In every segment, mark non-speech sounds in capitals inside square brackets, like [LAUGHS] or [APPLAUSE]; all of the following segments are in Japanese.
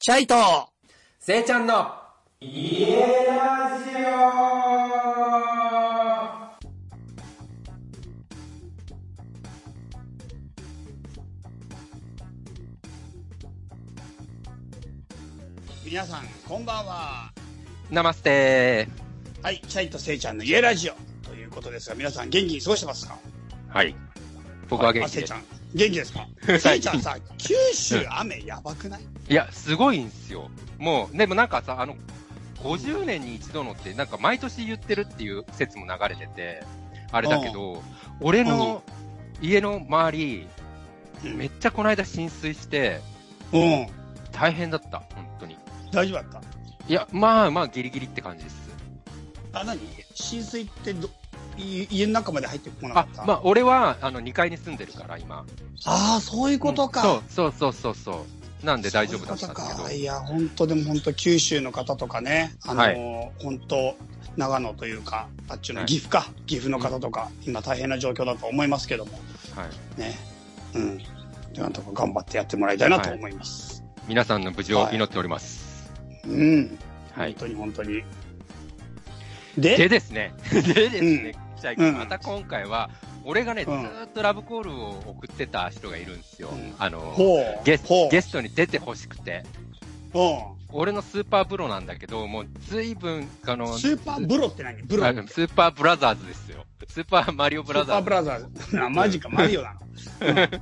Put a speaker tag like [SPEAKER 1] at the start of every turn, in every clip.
[SPEAKER 1] シャイト
[SPEAKER 2] せいちゃんの家ラジオ
[SPEAKER 1] 皆さん、こんばんは。
[SPEAKER 2] ナマステ
[SPEAKER 1] はい、シャイとセイちゃんの家ラジオということですが、皆さん元気に過ごしてますか
[SPEAKER 2] はい。僕は元
[SPEAKER 1] あ、
[SPEAKER 2] 気
[SPEAKER 1] セイち
[SPEAKER 2] です
[SPEAKER 1] ゃ。ん。元気ですかセイちゃんさ、九州雨やばくない
[SPEAKER 2] いや、すごいんすよ。もう、でもなんかさ、あの、50年に一度のって、なんか毎年言ってるっていう説も流れてて、あれだけど、俺の家の周り、
[SPEAKER 1] うん
[SPEAKER 2] めっちゃこの間浸水して、
[SPEAKER 1] うん。
[SPEAKER 2] 大変だった、本当に。
[SPEAKER 1] 大丈夫だっ
[SPEAKER 2] いや、まあまあギリギリって感じです。
[SPEAKER 1] たあ、なに浸水ってど、い家の中まで入ってこなか
[SPEAKER 2] あ
[SPEAKER 1] った、
[SPEAKER 2] まあ俺は、あの、2階に住んでるから、今。
[SPEAKER 1] あー、そういうことか。
[SPEAKER 2] うんそうそうそうそうそう。なんで大丈夫だったんだ
[SPEAKER 1] そういうことか
[SPEAKER 2] け
[SPEAKER 1] いや、本当でも本当九州の方とかね、あのー本当長野というか、あっちの
[SPEAKER 2] はい
[SPEAKER 1] 岐阜か、岐阜の方とか、今大変な状況だと思いますけども、
[SPEAKER 2] ど、はい。
[SPEAKER 1] ね。うん。なんとか頑張ってやってもらいたいなと思います。
[SPEAKER 2] 皆さんの無事を祈っております。
[SPEAKER 1] うん。
[SPEAKER 2] はい
[SPEAKER 1] 本当に本当に。で、
[SPEAKER 2] でですね、 [LAUGHS] でですね、じゃあ
[SPEAKER 1] うん
[SPEAKER 2] また今回は、俺がね、ず
[SPEAKER 1] うん
[SPEAKER 2] ーっとラブコールを送ってた人がいるんですよ。
[SPEAKER 1] うん
[SPEAKER 2] あの、
[SPEAKER 1] ほう。
[SPEAKER 2] ゲス
[SPEAKER 1] ほう。
[SPEAKER 2] ゲストに出てほしくて。
[SPEAKER 1] ほ
[SPEAKER 2] 俺のスーパーブロなんだけど、もうずいぶん、あ
[SPEAKER 1] う
[SPEAKER 2] の、
[SPEAKER 1] スーパーブロって何ブロ。
[SPEAKER 2] あのスーパーブラザーズですよ。スーパーマリオブラ
[SPEAKER 1] スーパ
[SPEAKER 2] ザ
[SPEAKER 1] ー
[SPEAKER 2] ー
[SPEAKER 1] ブラ
[SPEAKER 2] ズ。
[SPEAKER 1] ザーズ。あマジか、マリオなの。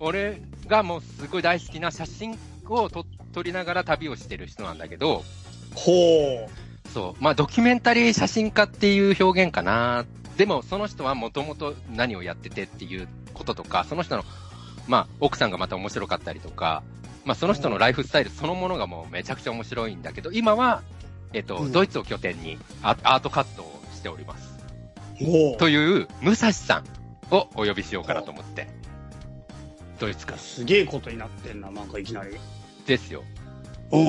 [SPEAKER 2] 俺がもうすごい大好きな写真を撮撮りながら旅をしてる人なんだけど、
[SPEAKER 1] ほ
[SPEAKER 2] そう。まあ、ドキュメンタリー写真家っていう表現かな。でも、その人はもともと何をやっててっていうこととか、その人の、まあ、奥さんがまた面白かったりとか、まあ、その人のライフスタイルそのものがもうめちゃくちゃ面白いんだけど、今は、えっと、
[SPEAKER 1] うん
[SPEAKER 2] ドイツを拠点にアアート活動をしております。
[SPEAKER 1] う。ほう。
[SPEAKER 2] という、武蔵さんをお呼びしようかなと思って。ドイツから。
[SPEAKER 1] すげえことになってんな、なんかいきなり。
[SPEAKER 2] ですよ。
[SPEAKER 1] うん。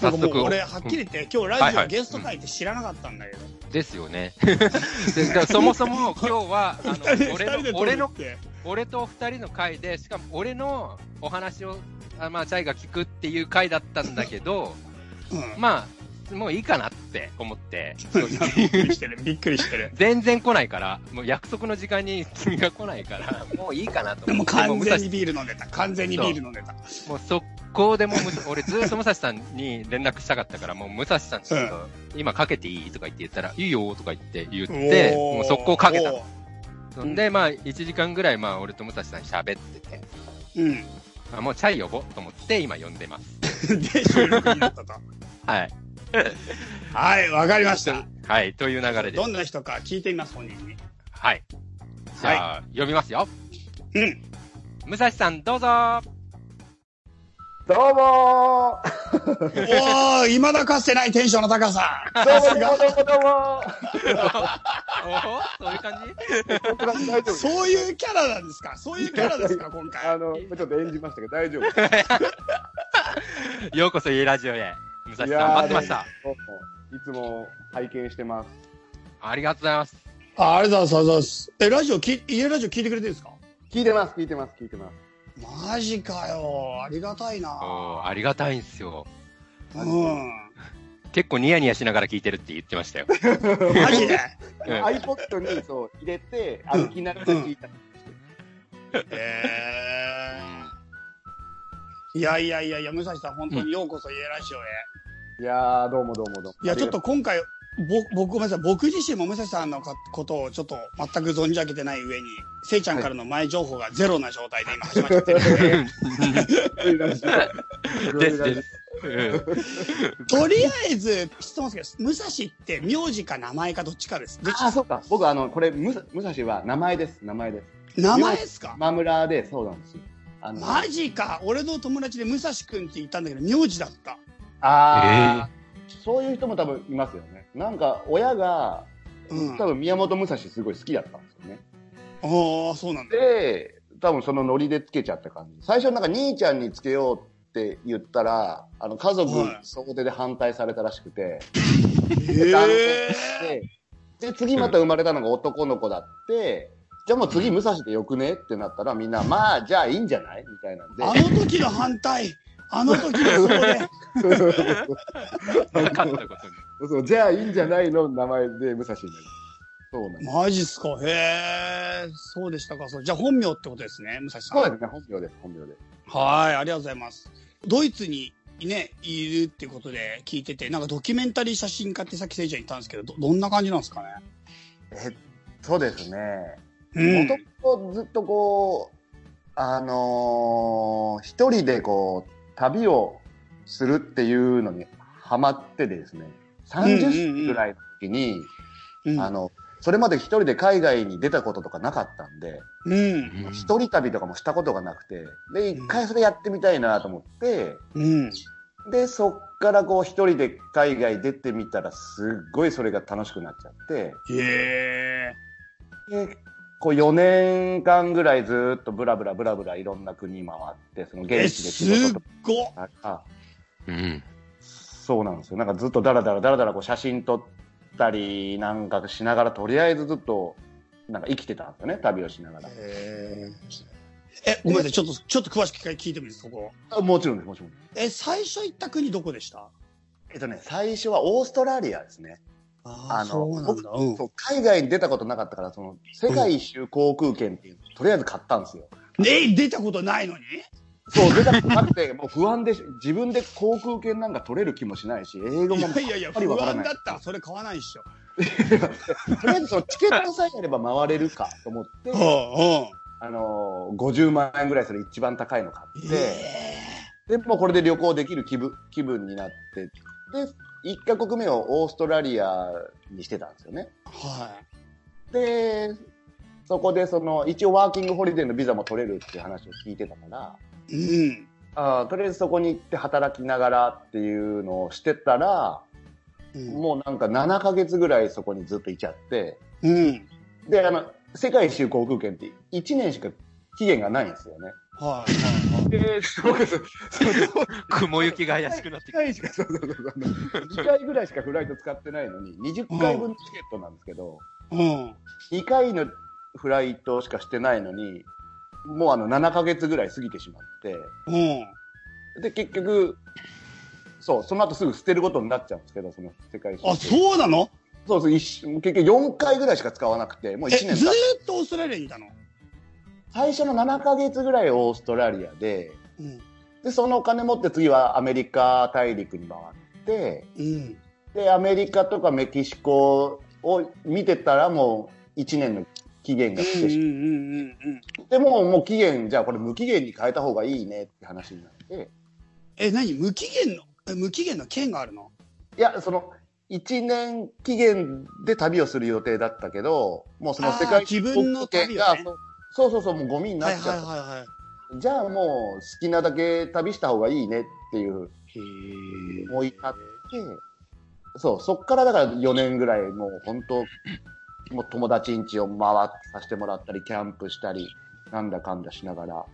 [SPEAKER 1] な
[SPEAKER 2] 早
[SPEAKER 1] んかもう
[SPEAKER 2] 速。
[SPEAKER 1] 俺、はっきり言って、今日
[SPEAKER 2] は
[SPEAKER 1] ラ
[SPEAKER 2] い
[SPEAKER 1] ジ
[SPEAKER 2] は
[SPEAKER 1] オ
[SPEAKER 2] い
[SPEAKER 1] ゲスト会って知らなかったんだけど。
[SPEAKER 2] です
[SPEAKER 1] [LAUGHS]
[SPEAKER 2] よね。でだからそもそも今日は、あ
[SPEAKER 1] 二人で
[SPEAKER 2] の、俺
[SPEAKER 1] 二人で撮
[SPEAKER 2] の、
[SPEAKER 1] る
[SPEAKER 2] 俺の
[SPEAKER 1] って。
[SPEAKER 2] 俺と二人の回で、しかも俺のお話を、あまあ、チャイが聞くっていう回だったんだけど、
[SPEAKER 1] [LAUGHS] うん。
[SPEAKER 2] まあ、もういいかなって思って、
[SPEAKER 1] びっくりしてる、びっくりしてる。
[SPEAKER 2] 全然来ないから、もう約束の時間に君が来ないから、もういいかなと
[SPEAKER 1] で
[SPEAKER 2] 思
[SPEAKER 1] も
[SPEAKER 2] って。
[SPEAKER 1] 完全
[SPEAKER 2] も
[SPEAKER 1] にビール飲んでた。完全にビール飲んでた。
[SPEAKER 2] う武蔵もう速攻でもう武蔵、俺ずっと武蔵さんに連絡したかったから、もう武蔵さんちょっと、今かけていいとか言って言ったら、いいよとか言って言って、
[SPEAKER 1] おー
[SPEAKER 2] もう速攻かけた
[SPEAKER 1] おー
[SPEAKER 2] の。んで、まあ、1時間ぐらい、まあ、俺と武蔵さん喋ってて、
[SPEAKER 1] うん。
[SPEAKER 2] あもうチャイ呼ぼうと思って、今呼んでます。
[SPEAKER 1] で、収録になったと。
[SPEAKER 2] はい。
[SPEAKER 1] はい、わかりました。
[SPEAKER 2] はい、という流れで
[SPEAKER 1] ど
[SPEAKER 2] す。
[SPEAKER 1] んな人か聞いてみます、本人に。
[SPEAKER 2] はい。じゃあ、読みますよ。
[SPEAKER 1] うん。
[SPEAKER 2] 武蔵さん、どうぞは
[SPEAKER 3] どうもー
[SPEAKER 1] おー、未だかつてないテンションの高さ。
[SPEAKER 3] どうもどうもどうも
[SPEAKER 2] おそういう感じ
[SPEAKER 3] どうも大丈夫です
[SPEAKER 1] そういうキャラなんですかそういうキャラです
[SPEAKER 3] [LAUGHS]
[SPEAKER 1] か、今
[SPEAKER 3] あ
[SPEAKER 1] 回。
[SPEAKER 3] の、ちょっと演じましたけど大丈夫で
[SPEAKER 2] ようこそ、家ラジオへ。武蔵
[SPEAKER 3] す。
[SPEAKER 2] さん、待ってま
[SPEAKER 3] い
[SPEAKER 2] し
[SPEAKER 3] や
[SPEAKER 2] た。
[SPEAKER 3] ーでもいつも拝見してます。
[SPEAKER 2] ありがとうございます。
[SPEAKER 1] あありがとうございます。え、ラジオき、家ラジオ聞いてくれてるんですか
[SPEAKER 3] 聞いてます、聞いてます、聞いてます。
[SPEAKER 1] マジかよ。ありがたい
[SPEAKER 2] お
[SPEAKER 1] な。
[SPEAKER 2] ーありがたいんすよ。
[SPEAKER 1] うん。
[SPEAKER 2] 結構ニヤニヤしながら聞いてるって言ってましたよ。
[SPEAKER 1] マジで
[SPEAKER 2] うん
[SPEAKER 3] iPod にそう入れて、歩きながら聞 [LAUGHS] いた。
[SPEAKER 1] えー。いやいやいやいや、武蔵さん、本当にようこそ家ラジオへ。
[SPEAKER 3] いやー、どうもどうもどうも。
[SPEAKER 1] いや、ちょっと今回、ぼ僕、ごめんなさい、僕自身も武蔵さんのかことをちょっと全く存じ上げてない上に、せいちゃんからの前情報がゼロな状態で今始まっちゃってるんで、
[SPEAKER 3] ありがとうございます。
[SPEAKER 2] ですです。うん
[SPEAKER 1] とりあえず質問ですけど、武蔵って名字か名前かどっちかです。どっ
[SPEAKER 3] あ、そうか。僕、あの、これ、む武蔵は名前です、名前です。
[SPEAKER 1] ち名前ですか
[SPEAKER 3] 真村で、そうなんですよ。あの
[SPEAKER 1] マジか。俺の友達で武蔵くんって言ったんだけど、名字だった。
[SPEAKER 3] あー、そういう人も多分いますよね。なんか、親が、
[SPEAKER 1] うん。
[SPEAKER 3] 多
[SPEAKER 1] あ
[SPEAKER 3] 分宮本武蔵すごい好きだったんですよね。
[SPEAKER 1] あ、そうなんだ。
[SPEAKER 3] で、多分そのノリでつけちゃった感じ。最初なんか兄ちゃんにつけようって言ったら、あの家族
[SPEAKER 1] はい
[SPEAKER 3] 総出で反対されたらしく
[SPEAKER 1] へ
[SPEAKER 3] て、断
[SPEAKER 1] え。
[SPEAKER 3] でで、次また生まれたのが男の子だって、じゃあもう次武蔵でよくねってなったらみんな、まあじゃあいいんじゃないみたいなんで
[SPEAKER 1] あ、の時の反対。あの時はそこで、
[SPEAKER 2] なかったことに。
[SPEAKER 3] [LAUGHS] そうじゃあいいんじゃないの名前で武蔵になる。そうなんです。
[SPEAKER 1] マジっすかへえ、そうでしたか。そうじゃあ本名ってことですね、武蔵さん。
[SPEAKER 3] そうですね、本名です、本名で。
[SPEAKER 1] はい、ありがとうございます。ドイツにね、いるっていうことで聞いてて、なんかドキュメンタリー写真家ってさっきせいちゃん言ったんですけど、どどんな感じなんですかね。
[SPEAKER 3] そうですね。
[SPEAKER 1] うん。
[SPEAKER 3] もともとずっとこう、あのー一人でこう、旅をするっていうのにハマってですね、
[SPEAKER 1] うんうんう
[SPEAKER 3] 30
[SPEAKER 1] ん
[SPEAKER 3] 歳ぐらいの時に、
[SPEAKER 1] うん
[SPEAKER 3] あの、それまで一人で海外に出たこととかなかったんで、
[SPEAKER 1] うん。
[SPEAKER 2] うん
[SPEAKER 3] 一人旅とかもしたことがなくて、で、
[SPEAKER 1] うん
[SPEAKER 3] 一回それやってみたいなと思って、
[SPEAKER 1] うん。
[SPEAKER 3] で、そっからこう一人で海外出てみたら、すっごいそれが楽しくなっちゃって、
[SPEAKER 1] へえ。
[SPEAKER 3] で、こう4年間ぐらいずっとブラブラブラブラいろんな国回って、その現
[SPEAKER 1] え、
[SPEAKER 3] 地です仕事と
[SPEAKER 1] ごっ
[SPEAKER 3] か、あ
[SPEAKER 2] うん。
[SPEAKER 3] そうなんですよ。なんかずっとダラダラダラダラこう写真撮ったりなんかしながら、とりあえずずっと、なんか生きてたんですよね、旅をしながら。
[SPEAKER 1] え、ごめんなさい、ちょっと、ちょっと詳しく聞いてもいいですか、そこ。
[SPEAKER 3] あもちろんです、もちろんです。
[SPEAKER 1] え、最初行った国どこでした
[SPEAKER 3] えっとね、最初はオーストラリアですね。
[SPEAKER 1] あ
[SPEAKER 3] あ
[SPEAKER 1] の、
[SPEAKER 3] の
[SPEAKER 1] そうなんだ。うん。
[SPEAKER 3] そう海外に出たことなかったから、その世界一周航空券っていうのをとりあえず買ったんですよ。
[SPEAKER 1] え、出たことないのに
[SPEAKER 3] そう、出たことなくて、もう不安で、自分で航空券なんか取れる気もしないし、英語
[SPEAKER 1] い
[SPEAKER 3] も
[SPEAKER 1] やいやいや、
[SPEAKER 3] ぱ
[SPEAKER 1] 不
[SPEAKER 3] りわから
[SPEAKER 1] 安
[SPEAKER 3] ない
[SPEAKER 1] だったらそれ買わないっしょ。
[SPEAKER 3] とりあえずそのチケットさえあれば回れるかと思って、
[SPEAKER 1] うん
[SPEAKER 3] あのー、50万円ぐらいそれ一番高いの買
[SPEAKER 1] うん。
[SPEAKER 3] っ
[SPEAKER 1] え
[SPEAKER 3] て、
[SPEAKER 1] え。
[SPEAKER 3] で、もうこれで旅行できる気分気分になって、で、1カ国目をオーストラリアにしてたんですよね。
[SPEAKER 1] は
[SPEAKER 3] で、そこでその、一応ワーキングホリデーのビザも取れるっていう話を聞いてたから、
[SPEAKER 1] い。うん。
[SPEAKER 3] あーとりあえずそこに行って働きながらっていうのをしてたら、
[SPEAKER 1] うん。
[SPEAKER 3] もうなんか7ヶ月ぐらいそこにずっといちゃって、
[SPEAKER 1] うん。
[SPEAKER 3] で、あの、世界一周航空券って1年しか期限がないんですよね。
[SPEAKER 1] はい。はいはい
[SPEAKER 3] で、そうです。そうです。
[SPEAKER 2] 雲行きが怪しくなってき
[SPEAKER 3] 2
[SPEAKER 2] た。
[SPEAKER 3] 回しか、そうそうそうそう。2回ぐらいしかフライト使ってないのに、20回分のチケットなんですけど、
[SPEAKER 1] うん。
[SPEAKER 3] 2回のフライトしかしてないのに、もうあの7ヶ月ぐらい過ぎてしまって、
[SPEAKER 1] うん。
[SPEAKER 3] で、結局、そう、その後すぐ捨てることになっちゃうんですけど、その世界一周
[SPEAKER 1] あ、そうなの
[SPEAKER 3] そうそう、一瞬結局4回ぐらいしか使わなくて、もう
[SPEAKER 1] え、
[SPEAKER 3] 1
[SPEAKER 1] ず
[SPEAKER 3] 年経
[SPEAKER 1] ー
[SPEAKER 3] っ
[SPEAKER 1] っとオーストラリアにいたの
[SPEAKER 3] 最初の7ヶ月ぐらいオーストラリアで、
[SPEAKER 1] うん。
[SPEAKER 3] で、そのお金持って次はアメリカ大陸に回って、
[SPEAKER 1] うん。
[SPEAKER 3] で、アメリカとかメキシコを見てたらもう1年の期限
[SPEAKER 1] うんう
[SPEAKER 3] が
[SPEAKER 1] ん
[SPEAKER 3] 来てし
[SPEAKER 1] うんうんうん。
[SPEAKER 3] まって、もうもう期限、じゃあこれ無期限に変えた方がいいねって話になって、
[SPEAKER 1] え、何無期限の、え無期限の券があるの
[SPEAKER 3] いや、その、1年期限で旅をする予定だったけど、もうその世
[SPEAKER 1] あー
[SPEAKER 3] 界
[SPEAKER 1] 自分の旅をね
[SPEAKER 3] 航空券がそうそうそう、もうゴミになっ
[SPEAKER 1] はい
[SPEAKER 3] ちゃった。
[SPEAKER 1] はいはいはい。
[SPEAKER 3] じゃあもう好きなだけ旅した方がいいねっていう
[SPEAKER 1] へー
[SPEAKER 3] 思い立って、そう、そっからだから4年ぐらい、もう本当、もう友達ん家を回させてもらったり、キャンプしたり、なんだかんだしながら。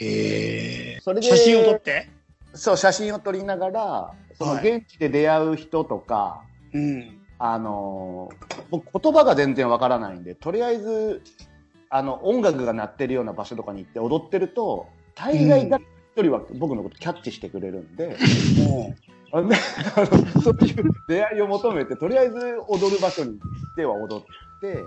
[SPEAKER 1] へ
[SPEAKER 3] それ
[SPEAKER 1] ー
[SPEAKER 3] で
[SPEAKER 1] 写真を撮って
[SPEAKER 3] そう、写真を撮りながら、その
[SPEAKER 1] はい
[SPEAKER 3] 現地で出会う人とか、
[SPEAKER 1] うん。
[SPEAKER 3] あのー僕言葉が全然わからないんで、とりあえず、あの、音楽が鳴ってるような場所とかに行って踊ってると、大概誰か一人は僕のことキャッチしてくれるんで、
[SPEAKER 1] も
[SPEAKER 3] あねあの [LAUGHS] そういう出会いを求めて、とりあえず踊る場所に行っては踊って、
[SPEAKER 1] う。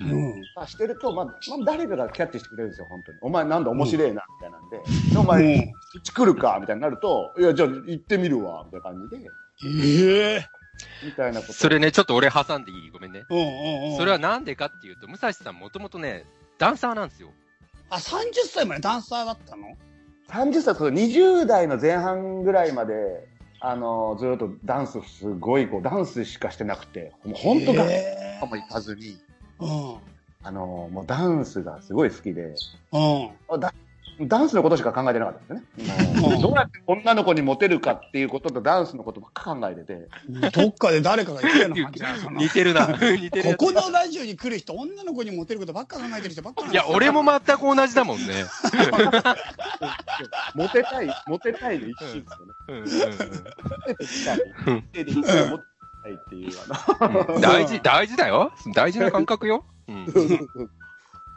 [SPEAKER 1] うん。
[SPEAKER 3] まあ、してると、まあ、まあ、誰かがキャッチしてくれるんですよ、本当に。お前なんだ面白いな、みたいなんで。でお前、
[SPEAKER 1] うん
[SPEAKER 3] うち来るか、みたいになると、いや、じゃあ行ってみるわ、みたいな感じで、
[SPEAKER 1] ええ。
[SPEAKER 3] みたいなこと。
[SPEAKER 2] それね、ちょっと俺挟んでいいごめんね。
[SPEAKER 1] うんうんうん。
[SPEAKER 2] それは、なんでかっていうと、武蔵さんもともとね、ダンサーなんですよ。
[SPEAKER 1] あ、30歳までダンサーだったの
[SPEAKER 3] 30歳、そう20代の前半ぐらいまで、あの、ずっとダンス、すごい、こう、ダンスしかしてなくて、もう本当だ、
[SPEAKER 1] へ
[SPEAKER 3] かも行かずに、
[SPEAKER 1] ー
[SPEAKER 3] あの、もうダンスがすごい好きで、
[SPEAKER 1] うん。うん。
[SPEAKER 3] ダンスのことしか考えてなかったんですよね。も
[SPEAKER 1] うん
[SPEAKER 3] うどうやって女の子にモテるかっていうこととダンスのことばっか考えてて。
[SPEAKER 1] どっかで誰かが言ってるような感じじゃ [LAUGHS] ないですかな
[SPEAKER 2] 似てるな。 [LAUGHS] 似てる
[SPEAKER 1] ここのラジオに来る人、女の子にモテることばっか考えてる人ばっかなん
[SPEAKER 2] い
[SPEAKER 1] ですよ
[SPEAKER 2] や、俺も全く同じだもんね。
[SPEAKER 3] モテたい、モテたいで一心ですよね。
[SPEAKER 2] うんうん
[SPEAKER 3] モテていきたい。
[SPEAKER 2] うん
[SPEAKER 3] モテていきたい、モテたいっていうあの。
[SPEAKER 2] うん大事、大事だよ。大事な感覚よ。うん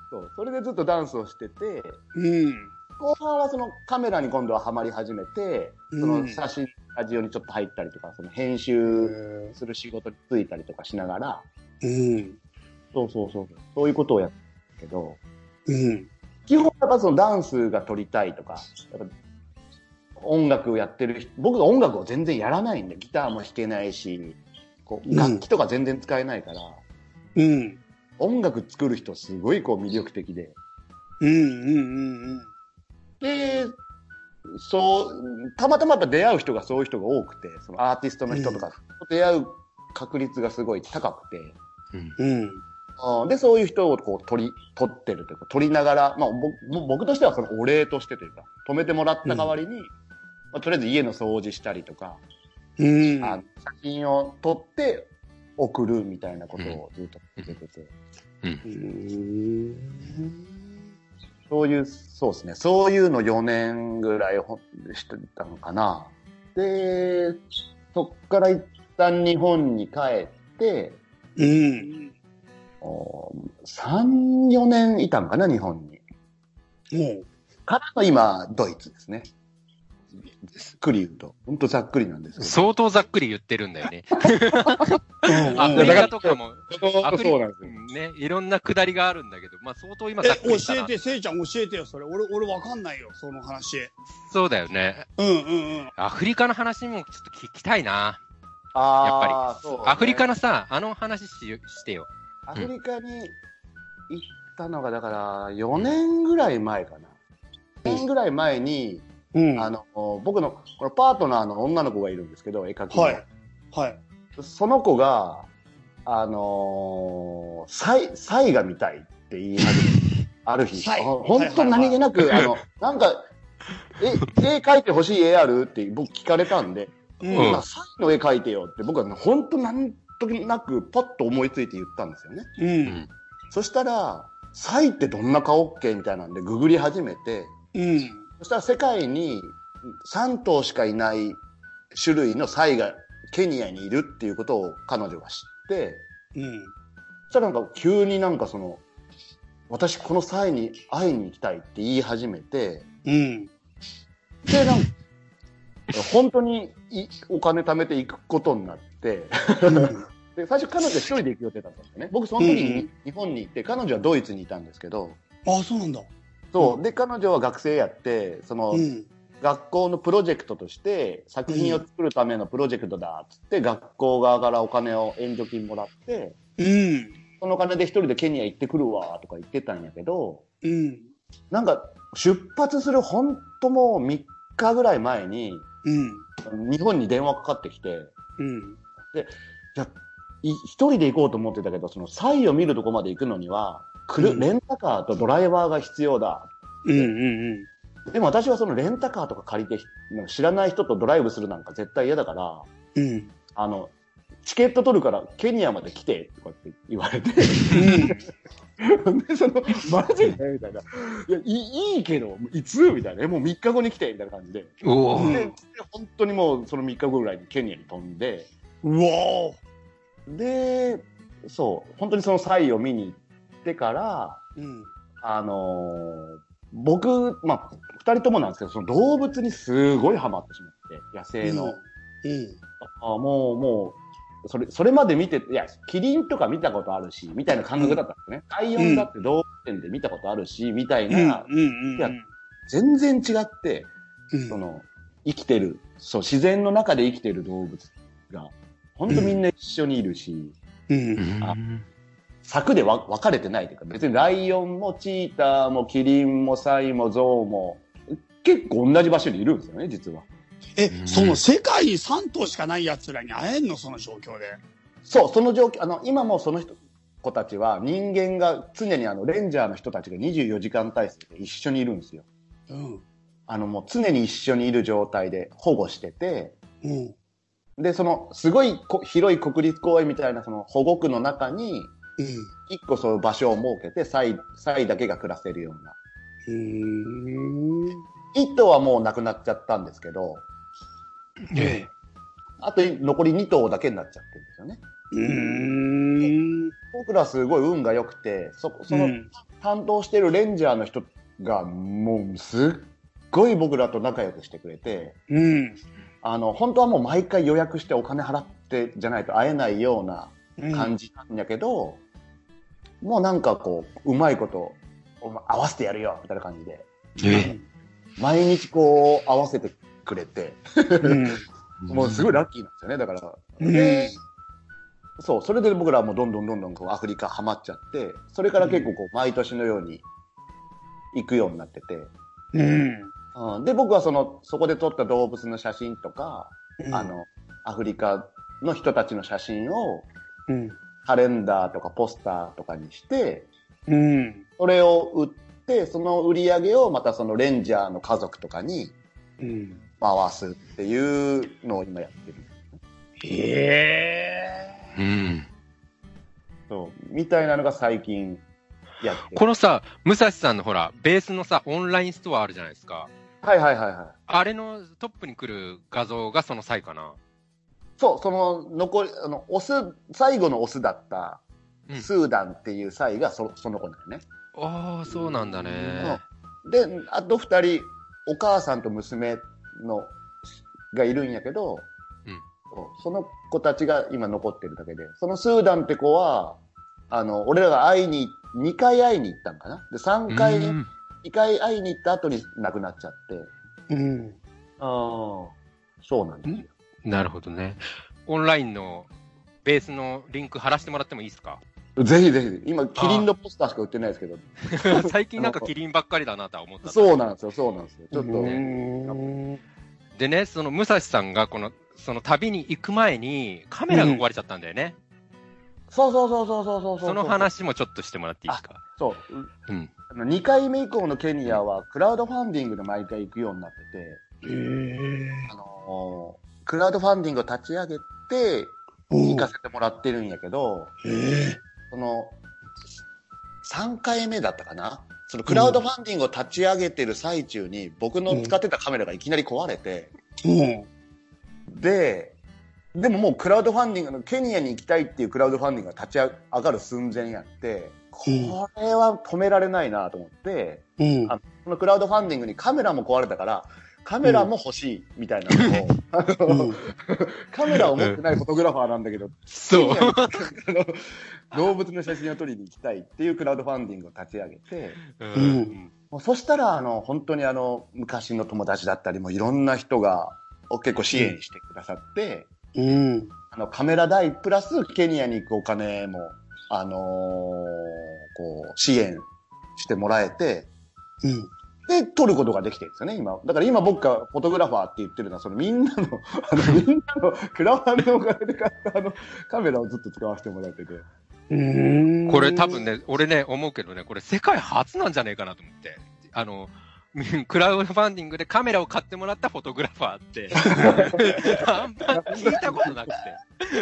[SPEAKER 3] そう、それでずっとダンスをしてて、
[SPEAKER 1] うん。
[SPEAKER 3] 後半はそのカメラに今度はハマり始めて、そ
[SPEAKER 1] うん
[SPEAKER 3] の写真、スタジオにちょっと入ったりとか、その編集する仕事に就いたりとかしながら、
[SPEAKER 1] うん。
[SPEAKER 3] そうそうそう、そういうことをやってるけど、
[SPEAKER 1] うん。
[SPEAKER 3] 基本やっぱそのダンスが撮りたいとか、やっぱ音楽をやってる人、僕が音楽を全然やらないんで、ギターも弾けないし、こ
[SPEAKER 1] う
[SPEAKER 3] うん楽器とか全然使えないから、
[SPEAKER 1] うん。
[SPEAKER 3] 音楽作る人すごいこう魅力的で、
[SPEAKER 1] うん。うん。
[SPEAKER 3] で、そう、たまたまやっぱ出会う人がそういう人が多くて、そのアーティストの人とか、出会う確率がすごい高くて、
[SPEAKER 2] うん。
[SPEAKER 1] うん。
[SPEAKER 3] あーで、そういう人をこう取り、取ってるというか、取りながら、まあ、ぼ僕としてはそのお礼としてというか、止めてもらった代わりに、まあ、とりあえず家の掃除したりとか、
[SPEAKER 1] うん。
[SPEAKER 3] あの写真を撮って送るみたいなことをずっと続けてて、
[SPEAKER 1] うん。
[SPEAKER 3] そういう、そうですね、そういうの4年ぐらいほんしてたのかな。で、そっから一旦日本に帰って、
[SPEAKER 1] うん。
[SPEAKER 3] お3、4年いたのかな、日本に。
[SPEAKER 1] も
[SPEAKER 3] からの今、ドイツですね。ざっくり言うと。ほんとざっくりなんですけど。
[SPEAKER 2] 相当ざっくり言ってるんだよね。
[SPEAKER 1] う。うん
[SPEAKER 2] アフリカとかも、アフリ
[SPEAKER 3] そうなんですよ。
[SPEAKER 2] カ、ね、いろんなくだりがあるんだけど、まあ相当今ざっく
[SPEAKER 1] え、
[SPEAKER 2] りした
[SPEAKER 1] 教え
[SPEAKER 2] な。
[SPEAKER 1] て、せいちゃん教えてよ、それ。俺、俺わかんないよ、その話。
[SPEAKER 2] そうだよね。
[SPEAKER 1] うんうんうん。
[SPEAKER 2] アフリカの話もちょっと聞きたいな。
[SPEAKER 3] あーそうね
[SPEAKER 2] アフリカのさ、あの話ししてよ。
[SPEAKER 3] アフリカに行ったのが、だから、4年ぐらい前かな。4年ぐらい前に、
[SPEAKER 1] うん。
[SPEAKER 3] あの、僕の、このパートナーの女の子がいるんですけど、絵描きの。
[SPEAKER 1] はい。はい。
[SPEAKER 3] その子が、あのー、サイ、サイが見たいって言い始めて、ある日、
[SPEAKER 1] サイ
[SPEAKER 3] 本当何気なく、あの、なんか、え、絵描いてほしい絵あるって僕聞かれたんで、
[SPEAKER 1] う
[SPEAKER 2] うん
[SPEAKER 3] まあサイの絵描いてよって僕は本当なんとなくパッと思いついて言ったんですよね。
[SPEAKER 1] うん。
[SPEAKER 3] そしたら、サイってどんな顔っけみたいなんでググり始めて、
[SPEAKER 1] うん。
[SPEAKER 3] そしたら世界に3頭しかいない種類のサイがケニアにいるっていうことを彼女が知って、
[SPEAKER 1] うん。
[SPEAKER 3] そしたらなんか急になんかその、私この際に会いに行きたいって言い始めて、
[SPEAKER 1] うん。
[SPEAKER 3] で、なんか、本当にいお金貯めて行くことになって、で最初彼女は一人で行く予定だったんですよね。僕その時
[SPEAKER 1] うんう
[SPEAKER 3] に日本に行って、彼女はドイツにいたんですけど、
[SPEAKER 1] あ、そうなんだ。
[SPEAKER 3] そう、で、彼女は学生やって、その、
[SPEAKER 1] うん。
[SPEAKER 3] 学校のプロジェクトとして作品を作るためのプロジェクトだっつって、学校側からお金を援助金もらって
[SPEAKER 1] うん。
[SPEAKER 3] そのお金で一人でケニア行ってくるわとか言ってたんやけど
[SPEAKER 1] うん。
[SPEAKER 3] なんか出発するほんともう3日ぐらい前に
[SPEAKER 1] うん。
[SPEAKER 3] 日本に電話かかってきて
[SPEAKER 1] うん。
[SPEAKER 3] いやい一人で行こうと思ってたけどそのサイを見るとこまで行くのには来
[SPEAKER 1] う
[SPEAKER 3] る
[SPEAKER 1] ん
[SPEAKER 3] レンタカーとドライバーが必要だ
[SPEAKER 1] うん。うん。
[SPEAKER 3] でも私はそのレンタカーとか借りてなんか知らない人とドライブするなんか絶対嫌だから。
[SPEAKER 1] うん。
[SPEAKER 3] あの、チケット取るからケニアまで来て、とかって言われて、 [LAUGHS] で、その、マジでみたいな。いや、いいいけど、いつみたいな。えもう3日後に来て、みたいな感じで。
[SPEAKER 2] おお
[SPEAKER 1] うん
[SPEAKER 2] ー。
[SPEAKER 3] で、で本当にもうその3日後ぐらいにケニアに飛んで、
[SPEAKER 1] うん。うわ
[SPEAKER 3] で、そう、本当にそのサイを見に行ってから、
[SPEAKER 1] ーうん。
[SPEAKER 3] あのー僕、まあ、二人ともなんですけど、その動物にすごいハマってしまって、野生の。
[SPEAKER 1] うん。
[SPEAKER 3] あもう、もう、それ、それまで見て、いや、キリンとか見たことあるし、みたいな感覚だったんですね。ライオンだって動物園で見たことあるし、みたい
[SPEAKER 1] うん。
[SPEAKER 3] な、
[SPEAKER 1] うん。
[SPEAKER 3] 全然違って、
[SPEAKER 1] うん。
[SPEAKER 3] その、生きてる、そう、自然の中で生きてる動物が、ほんとみんな一緒にいるし、
[SPEAKER 1] うん。
[SPEAKER 2] うん
[SPEAKER 3] 柵でわ分かれてないというか、別にライオンもチーターもキリンもサイもゾウも、結構同じ場所にいるんですよね、実は。
[SPEAKER 1] え、その世界に3頭しかない奴らに会えんのその状況で。
[SPEAKER 3] そう、その状況、あの、今もその人、子たちは人間が常にあの、レンジャーの人たちが24時間体制で一緒にいるんですよ。
[SPEAKER 1] うん。
[SPEAKER 3] あの、もう常に一緒にいる状態で保護してて、
[SPEAKER 1] うん。
[SPEAKER 3] で、その、すごいこ広い国立公園みたいなその保護区の中に、
[SPEAKER 1] うん。
[SPEAKER 3] 一個そういう場所を設けて、サイ、サイだけが暮らせるような。
[SPEAKER 1] うん。
[SPEAKER 3] 一頭はもうなくなっちゃったんですけど、
[SPEAKER 1] え
[SPEAKER 3] あと残り2頭だけになっちゃってるんですよね。
[SPEAKER 1] うん。
[SPEAKER 3] 僕らはすごい運が良くて、そ、その担当してるレンジャーの人が、もうすっごい僕らと仲良くしてくれて、
[SPEAKER 1] うん。
[SPEAKER 3] あの、本当はもう毎回予約してお金払ってじゃないと会えないような
[SPEAKER 1] うん
[SPEAKER 3] 感じなんだけど、もうなんかこう、うまいこと、お前合わせてやるよみたいな感じで、
[SPEAKER 2] え
[SPEAKER 3] 毎日こう、合わせてくれて、
[SPEAKER 1] うん。
[SPEAKER 3] もうすごいラッキーなんですよね、だから。
[SPEAKER 1] うん
[SPEAKER 3] でそう、それで僕らはもうどんどんどんどんこうアフリカハマっちゃって、それから結構こう毎年のように行くようになってて、
[SPEAKER 1] うん。
[SPEAKER 3] うん、で、僕はその、そこで撮った動物の写真とか、
[SPEAKER 1] うん
[SPEAKER 3] あ、の、アフリカの人たちの写真を
[SPEAKER 1] うん。
[SPEAKER 3] カレンダーとかポスターとかにして、
[SPEAKER 1] うん。
[SPEAKER 3] それを売って、その売り上げをまたそのレンジャーの家族とかに
[SPEAKER 1] うん。
[SPEAKER 3] 回すっていうのを今やってる。
[SPEAKER 1] え
[SPEAKER 2] うん。
[SPEAKER 3] そう、みたいなのが最近やってる
[SPEAKER 2] このさ、武蔵さんのほら、ベースのさ、オンラインストアあるじゃないですか。
[SPEAKER 3] はいはいはいはい。
[SPEAKER 2] あれのトップに来る画像がその際かな。
[SPEAKER 3] そう、その残り、あの、オス、最後のオスだった
[SPEAKER 2] うん、
[SPEAKER 3] スーダンっていう際がそその子なのね。
[SPEAKER 2] ああ、そうなんだね。
[SPEAKER 3] で、あと二人、お母さんと娘の、がいるんやけど、
[SPEAKER 2] うん
[SPEAKER 3] そうその子たちが今残ってるだけで、そのスーダンって子は、あの、俺らが会いに、2回会いに行ったんかなで、3回、
[SPEAKER 2] う
[SPEAKER 3] 二
[SPEAKER 2] ん
[SPEAKER 3] 2回会いに行った後に亡くなっちゃっ
[SPEAKER 1] ー。
[SPEAKER 3] て。
[SPEAKER 1] うん。
[SPEAKER 3] ああ。そうなんですよ。
[SPEAKER 2] なるほどね。オンラインのベースのリンク貼らせてもらってもいいです [LAUGHS] か
[SPEAKER 3] ぜひぜひ、今、キリンのポスターしか売ってないですけど、
[SPEAKER 2] 最近なんかキリンばっかりだなとは思った。
[SPEAKER 3] そうなんですよ、そうなんですよ。ちょっと、
[SPEAKER 1] うん
[SPEAKER 2] でね、その武蔵さんがこの、その旅に行く前にカメラが壊れちゃったんだよね。
[SPEAKER 3] そうそうそうそうそうそうう。
[SPEAKER 2] その。話もちょっとしてもらっていいですか
[SPEAKER 3] そ
[SPEAKER 2] う
[SPEAKER 3] う。
[SPEAKER 2] ん。
[SPEAKER 3] あの2回目以降のケニアは、クラウドファンディングで毎回行くようになってて、
[SPEAKER 1] へー
[SPEAKER 3] あのークラウドファンディングを立ち上げて、
[SPEAKER 1] うん
[SPEAKER 3] 行かせてもらってるんやけど、
[SPEAKER 1] へー
[SPEAKER 3] その、3回目だったかなそのクラウドファンディングを立ち上げてる最中に、僕の使ってたカメラがいきなり壊れて、
[SPEAKER 1] うん
[SPEAKER 3] で、でももうクラウドファンディングの、ケニアに行きたいっていうクラウドファンディングが立ち上がる寸前やって、これは止められないなと思って、
[SPEAKER 1] うん
[SPEAKER 3] あこのクラウドファンディングにカメラも壊れたから、カメラも欲しいみたいなのを、あの
[SPEAKER 1] うん
[SPEAKER 3] カメラを持ってないフォトグラファーなんだけど、
[SPEAKER 2] そう。
[SPEAKER 3] ケニアにあの動物の写真を撮りに行きたいっていうクラウドファンディングを立ち上げて、
[SPEAKER 2] うん。
[SPEAKER 3] もうそしたら、あの、本当にあの、昔の友達だったりもいろんな人がお結構支援してくださって、
[SPEAKER 1] うん
[SPEAKER 3] あのカメラ代プラスケニアに行くお金も、あのーこう、支援してもらえて、
[SPEAKER 1] うん
[SPEAKER 3] で、撮ることができてるんですよね、今。だから今僕がフォトグラファーって言ってるのは、そのみんなの、 [LAUGHS] あの、みんなのクラファンのお金で買ったあの、カメラをずっと使わせてもらってて。
[SPEAKER 1] うん
[SPEAKER 2] これ多分ね、俺ね、思うけどね、これ世界初なんじゃねえかなと思って。あの、 [LAUGHS] クラウドファンディングでカメラを買ってもらったフォトグラファーっ
[SPEAKER 3] [LAUGHS]
[SPEAKER 2] て、あんま聞いたことなく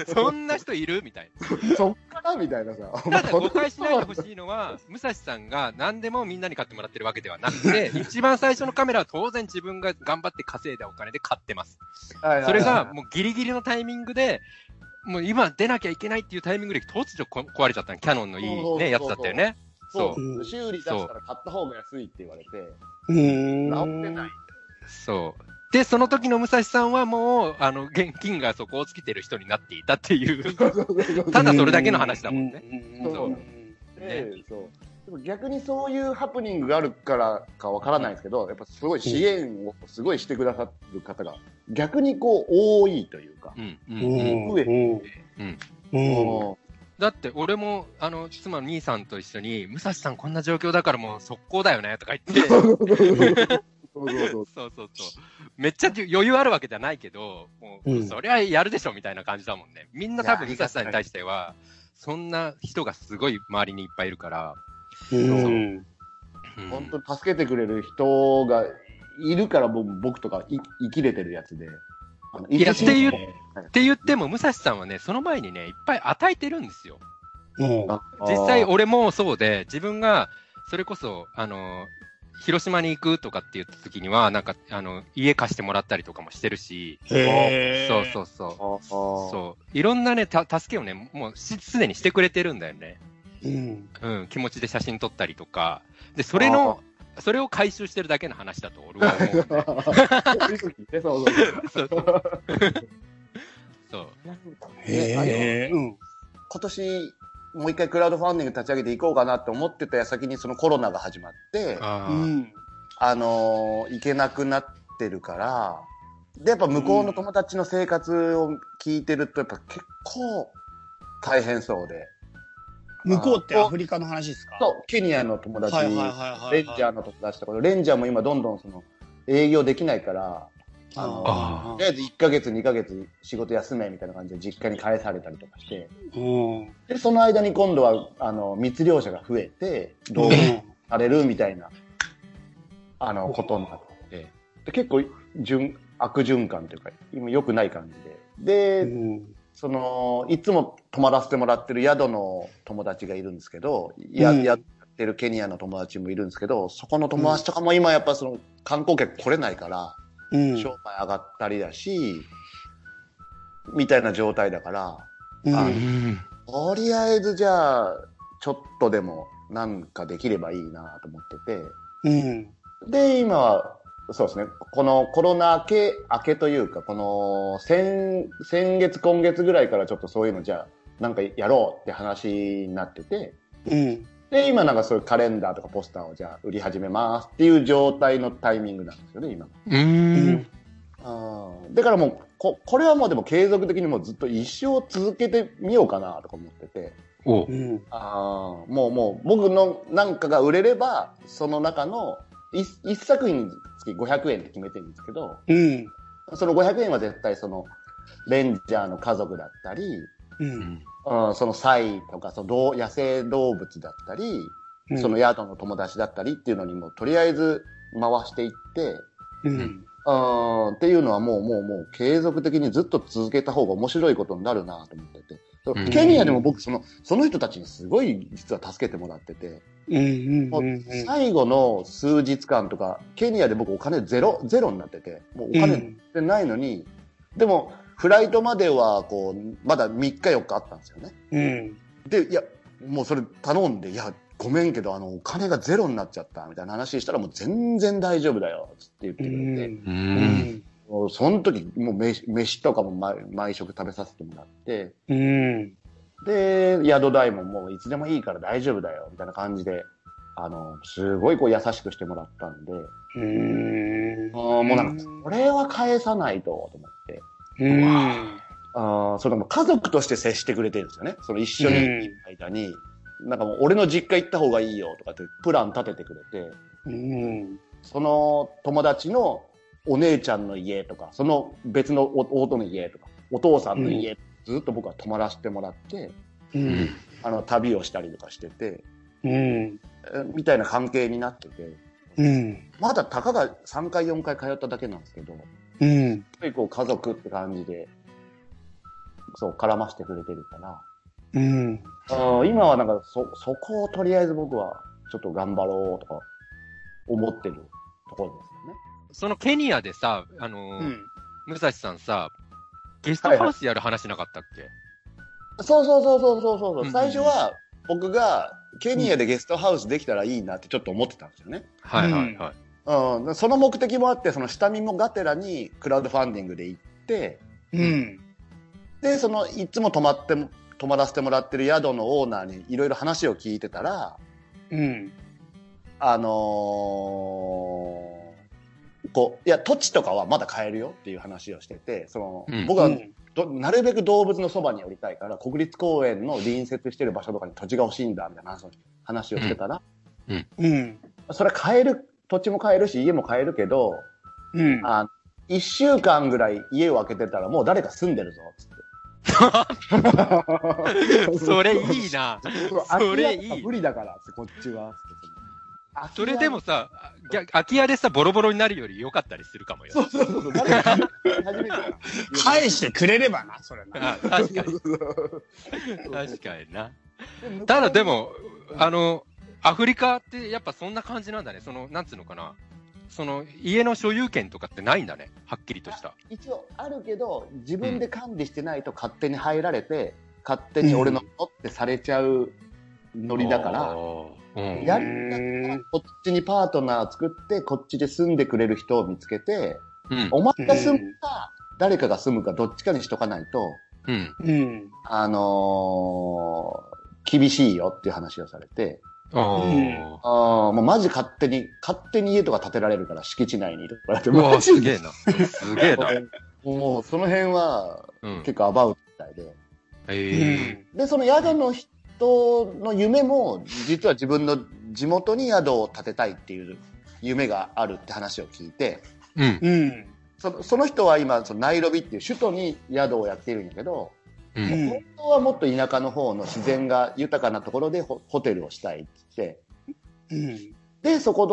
[SPEAKER 2] て、そんな人いるみたいな。
[SPEAKER 3] そっからみたいなさ。
[SPEAKER 2] ただ誤解しないでほしいのは、武蔵さんが何でもみんなに買ってもらってるわけではなくて、一番最初のカメラは当然自分が頑張って稼いだお金で買ってます。
[SPEAKER 3] はいはい [LAUGHS] はい
[SPEAKER 2] それが、もうギリギリのタイミングで、もう今出なきゃいけないっていうタイミングで突如こ壊れちゃったのキャノンのい
[SPEAKER 3] そうそ
[SPEAKER 2] いう
[SPEAKER 3] うそそう
[SPEAKER 2] ね、やつだったよね。そ
[SPEAKER 3] そ
[SPEAKER 2] う。
[SPEAKER 3] う。修理出したら買った方が安いって言われて、
[SPEAKER 1] うん
[SPEAKER 3] 治ってない。
[SPEAKER 2] そう。で、その時の武蔵さんはもう、あの、現金が底をつけてる人になっていたっていう。ただそれだ
[SPEAKER 3] [LAUGHS]
[SPEAKER 2] けの話だもんね
[SPEAKER 1] うん
[SPEAKER 3] そう
[SPEAKER 2] ね
[SPEAKER 3] でそうでも逆にそういうハプニングがあるからかわからないですけど、やっぱすごい支援をすごいしてくださる方が逆にこう多いというか、
[SPEAKER 2] うん、う、
[SPEAKER 1] うんんうんうん
[SPEAKER 2] うん。う
[SPEAKER 1] う
[SPEAKER 2] ん
[SPEAKER 1] ん
[SPEAKER 3] [LAUGHS] も
[SPEAKER 2] [LAUGHS] だって、俺も、あの、妻の兄さんと一緒に、武蔵さんこんな状況だからもう速攻だよね、とか言って。
[SPEAKER 3] うそうそうそう
[SPEAKER 2] そうそうそう。めっちゃ余裕あるわけじゃないけど、もう、
[SPEAKER 1] うん
[SPEAKER 2] そりゃやるでしょみたいな感じだもんね。みんない
[SPEAKER 3] や
[SPEAKER 2] 多分、リサさんに対しては、そんな人がすごい周りにいっぱいいるから。
[SPEAKER 1] うん
[SPEAKER 2] うん
[SPEAKER 3] 本当に助けてくれる人がいるから僕僕とかい生きれてるやつで。あの
[SPEAKER 2] いや
[SPEAKER 3] 生き
[SPEAKER 2] っ
[SPEAKER 3] れ
[SPEAKER 2] て
[SPEAKER 3] る
[SPEAKER 2] って言っても、武蔵さんはね、その前にね、いっぱい与えてるんですよ。
[SPEAKER 1] うん
[SPEAKER 3] あ
[SPEAKER 2] 実際、俺もそうで、自分が、それこそ、あの、広島に行くとかって言った時には、なんか、あの、家貸してもらったりとかもしてるし、
[SPEAKER 1] へー
[SPEAKER 2] そうそうそう。
[SPEAKER 3] ああそ
[SPEAKER 2] そう。いろんなね、た助けをね、もうしすでにしてくれてるんだよね。
[SPEAKER 1] うん
[SPEAKER 2] うん、気持ちで写真撮ったりとか、で、それのそれを回収してるだけの話だと俺は思
[SPEAKER 3] [LAUGHS]
[SPEAKER 2] う。
[SPEAKER 4] ねそうそうそう
[SPEAKER 2] そうそう。そう
[SPEAKER 1] へえ。うん。
[SPEAKER 3] 今年もう一回クラウドファンディング立ち上げていこうかなって思ってた矢先にそのコロナが始まって、
[SPEAKER 2] あ
[SPEAKER 3] あ、
[SPEAKER 1] う
[SPEAKER 2] ー
[SPEAKER 1] ん。
[SPEAKER 3] のー行けなくなってるから、で、やっぱ向こうの友達の生活を聞いてると、やっぱ結構大変そうで。
[SPEAKER 1] 向こうってアフリカの話ですか
[SPEAKER 3] そう、ケニアの友達、
[SPEAKER 1] はいはいはいはい。
[SPEAKER 3] レンジャーの友達とか、レンジャーも今どんどんその営業できないから、あの
[SPEAKER 1] あ
[SPEAKER 3] とりあえず1ヶ月2ヶ月仕事休めみたいな感じで実家に帰されたりとかして、
[SPEAKER 1] ー。うん。
[SPEAKER 3] で、その間に今度は、あの、密漁者が増えて、動物されるみたいな、あの、ことになって、で結構、循悪循環というか、今良くない感じ
[SPEAKER 1] う
[SPEAKER 3] で。で、
[SPEAKER 1] ん。
[SPEAKER 3] その、いつも泊まらせてもらってる宿の友達がいるんですけど、や、
[SPEAKER 1] うん
[SPEAKER 3] やってるケニアの友達もいるんですけど、そこの友達とかも今やっぱその、観光客来れないから、
[SPEAKER 1] うん。
[SPEAKER 3] 商売上がったりだし、みたいな状態だから、
[SPEAKER 1] うん
[SPEAKER 3] あ
[SPEAKER 2] うん
[SPEAKER 3] とりあえずじゃあ、ちょっとでもなんかできればいいなと思ってて、
[SPEAKER 1] うん。
[SPEAKER 3] で、今は、そうですね、このコロナ明け、明けというか、この先、先月、今月ぐらいからちょっとそういうのじゃあ、なんかやろうって話になってて、
[SPEAKER 1] うん。
[SPEAKER 3] で、今なんかそういうカレンダーとかポスターをじゃあ売り始めますっていう状態のタイミングなんですよね、今。
[SPEAKER 2] うーん。
[SPEAKER 3] だからもうこ、これはもうでも継続的にもうずっと一生続けてみようかなとか思ってて、
[SPEAKER 2] おう
[SPEAKER 1] うん。
[SPEAKER 3] ああ、もうもう、僕のなんかが売れれば、その中の一一作品につき500円って決めてるんですけど、
[SPEAKER 1] うん。
[SPEAKER 3] その500円は絶対その、レンジャーの家族だったり、
[SPEAKER 1] う。
[SPEAKER 2] うんん
[SPEAKER 3] うん、そのサイとか、その動野生動物だったり、
[SPEAKER 1] うん
[SPEAKER 3] その、宿の友達だったりっていうのにも、とりあえず回していって、
[SPEAKER 1] うん。
[SPEAKER 3] うん、っていうのはもうもうもう継続的にずっと続けた方が面白いことになるなと思ってて。
[SPEAKER 2] うん
[SPEAKER 3] ケニアでも僕その、その人たちにすごい実は助けてもらってて、
[SPEAKER 1] うん。
[SPEAKER 3] も
[SPEAKER 1] う。
[SPEAKER 3] うん最後の数日間とか、ケニアで僕お金ゼロ、ゼロになってて、もうお金
[SPEAKER 1] うん
[SPEAKER 3] ってないのに、でもフライトまではこう、まだ3日4日あったんですよね。
[SPEAKER 1] うん。
[SPEAKER 3] で、いや、もうそれ頼んで、いや、ごめんけど、あの、お金がゼロになっちゃったみたいな話したらもう全然大丈夫だよ、つって言ってくれ
[SPEAKER 2] う。
[SPEAKER 3] て。
[SPEAKER 1] うんん。
[SPEAKER 3] もうその時、もう飯飯とかも毎毎食食べさせてもらって、
[SPEAKER 1] うん。
[SPEAKER 3] で、宿代ももういつでもいいから大丈夫だよ、みたいな感じで、あの、すごいこう優しくしてもらったんで、
[SPEAKER 1] うん。
[SPEAKER 3] あーもうなんか、これは返さないと、と思って。
[SPEAKER 1] うん。
[SPEAKER 3] あーそれも家族として接してくれてるんですよね。その一緒にいる間に、なんかもう俺の実家行った方がいいよ、とかってプラン立ててくれて、
[SPEAKER 1] うん。
[SPEAKER 3] その友達のお姉ちゃんの家とか、その別のお弟の家とか、お父さんの家、ずっと僕は泊まらせてもらって、
[SPEAKER 1] うん。
[SPEAKER 3] あの、旅をしたりとかしてて、
[SPEAKER 1] うん。
[SPEAKER 3] えみたいな関係になってて、
[SPEAKER 1] うん。
[SPEAKER 3] まだたかが3回4回通っただけなんですけど、やっ
[SPEAKER 1] うん。
[SPEAKER 3] ぱりこう家族って感じで、そう、絡ましてくれてるから、
[SPEAKER 1] うん。
[SPEAKER 3] あー今はなんかそ、そこをとりあえず僕はちょっと頑張ろうとか思ってるところですよね。
[SPEAKER 2] そのケニアでさ、あのー、武蔵さんさ、ゲストハウスやる話なかったっけ
[SPEAKER 3] そうそうそうそうそうそう。
[SPEAKER 2] うんう
[SPEAKER 3] うん最初は僕がケニアでゲストハウスできたらいいなってちょっと思ってたんですよね。
[SPEAKER 2] はいはいはい。
[SPEAKER 3] うん、その目的もあって、その下見もがてらにクラウドファンディングで行って、
[SPEAKER 1] うん。
[SPEAKER 3] で、そのいつも泊まっても、泊まらせてもらってる宿のオーナーにいろいろ話を聞いてたら、
[SPEAKER 1] うん。
[SPEAKER 3] あのーこう、いや、土地とかはまだ買えるよっていう話をしてて、その、
[SPEAKER 2] うん
[SPEAKER 3] 僕はどなるべく動物のそばに寄りたいから、国立公園の隣接してる場所とかに土地が欲しいんだ、みたいな話を話をしてたら、
[SPEAKER 1] うん。
[SPEAKER 3] それは買える、土地も買えるし、家も買えるけど、
[SPEAKER 1] うん。
[SPEAKER 3] あ1週間ぐらい家を空けてたらもう誰か住んでるぞ、つ
[SPEAKER 2] [LAUGHS]
[SPEAKER 3] って。
[SPEAKER 2] それいいな。それいい
[SPEAKER 4] 無理だからって、こっちは。
[SPEAKER 2] それでもさ、逆空き家でさ、ボロボロになるより良かったりするかもよ。
[SPEAKER 4] そうそうそうそう。誰か始
[SPEAKER 2] [LAUGHS]
[SPEAKER 4] めてから
[SPEAKER 1] 返してくれればな、それな。
[SPEAKER 2] あ確かに。確かにな。ただで、も、あの、アフリカってやっぱそんな感じなんだね。その、なんつうのかな。その、家の所有権とかってないんだね。はっきりとした。
[SPEAKER 3] 一応あるけど、自分で管理してないと勝手に入られて、勝手に俺のものってされちゃうノリだから、
[SPEAKER 2] おうん。
[SPEAKER 3] やりながらこっちにパートナー作って、こっちで住んでくれる人を見つけて、
[SPEAKER 2] うん。
[SPEAKER 3] お前が住むか、誰かが住むか、どっちかにしとかないと、
[SPEAKER 2] うん。
[SPEAKER 1] うん。
[SPEAKER 3] あのー厳しいよっていう話をされて、
[SPEAKER 2] あ
[SPEAKER 1] うん
[SPEAKER 2] あ。
[SPEAKER 3] ああ、もうマジ勝手に、勝手に家とか建てられるから、敷地内にとか言われて、
[SPEAKER 2] うわ、
[SPEAKER 3] マジ
[SPEAKER 2] すげえな。すげえな。
[SPEAKER 3] [LAUGHS] もうその辺は
[SPEAKER 2] うん。
[SPEAKER 3] [LAUGHS] 結構アバウトみたいで。
[SPEAKER 1] う
[SPEAKER 2] ええ。
[SPEAKER 1] ん。
[SPEAKER 3] で、その宿の人の夢も、実は自分の地元に宿を建てたいっていう夢があるって話を聞いて、
[SPEAKER 2] うん。
[SPEAKER 1] うん。
[SPEAKER 3] そのその人は今、そのナイロビっていう首都に宿をやっているんだけど、
[SPEAKER 2] う。
[SPEAKER 1] うんん
[SPEAKER 3] 本当はもっと田舎の方の自然が豊かなところでホホテルをしたいって言って、
[SPEAKER 1] うん。
[SPEAKER 3] で、そこ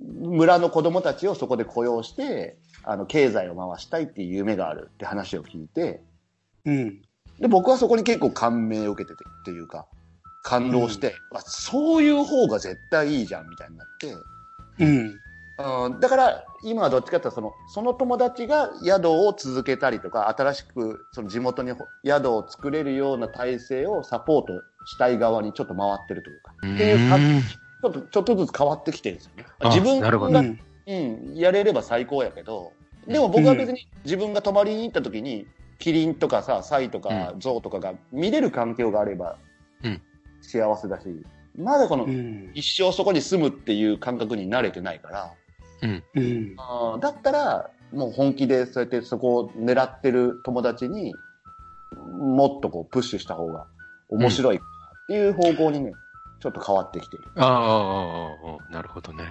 [SPEAKER 3] の村の子供たちをそこで雇用して、あの、経済を回したいっていう夢があるって話を聞いて、
[SPEAKER 1] うん。
[SPEAKER 3] で、僕はそこに結構感銘を受けててっていうか、感動して、あそういう方が絶対いいじゃんみたいになって、
[SPEAKER 1] うん。
[SPEAKER 3] うん、だから今はどっちかっていうとそのその友達が宿を続けたりとか新しくその地元に宿を作れるような体制をサポートしたい側にちょっと回ってるというか
[SPEAKER 2] うん
[SPEAKER 3] っていう感ちょっとちょっとずつ変わってきてるんですよね
[SPEAKER 2] あ
[SPEAKER 3] 自分
[SPEAKER 2] なるほど
[SPEAKER 3] が、うん、やれれば最高やけどでも僕は別に自分が泊まりに行った時にキリンとかさサイとかゾウとかが見れる環境があれば
[SPEAKER 2] うん
[SPEAKER 3] 幸せだし、まだこの
[SPEAKER 1] うん。
[SPEAKER 3] 一生そこに住むっていう感覚に慣れてないから。
[SPEAKER 1] うん。
[SPEAKER 3] あーだったら、もう本気でそうやってそこを狙ってる友達に、もっとこうプッシュした方が面白いかなっていう方向にね、ちょっと変わってきている。
[SPEAKER 2] ああああ、ああなるほどね。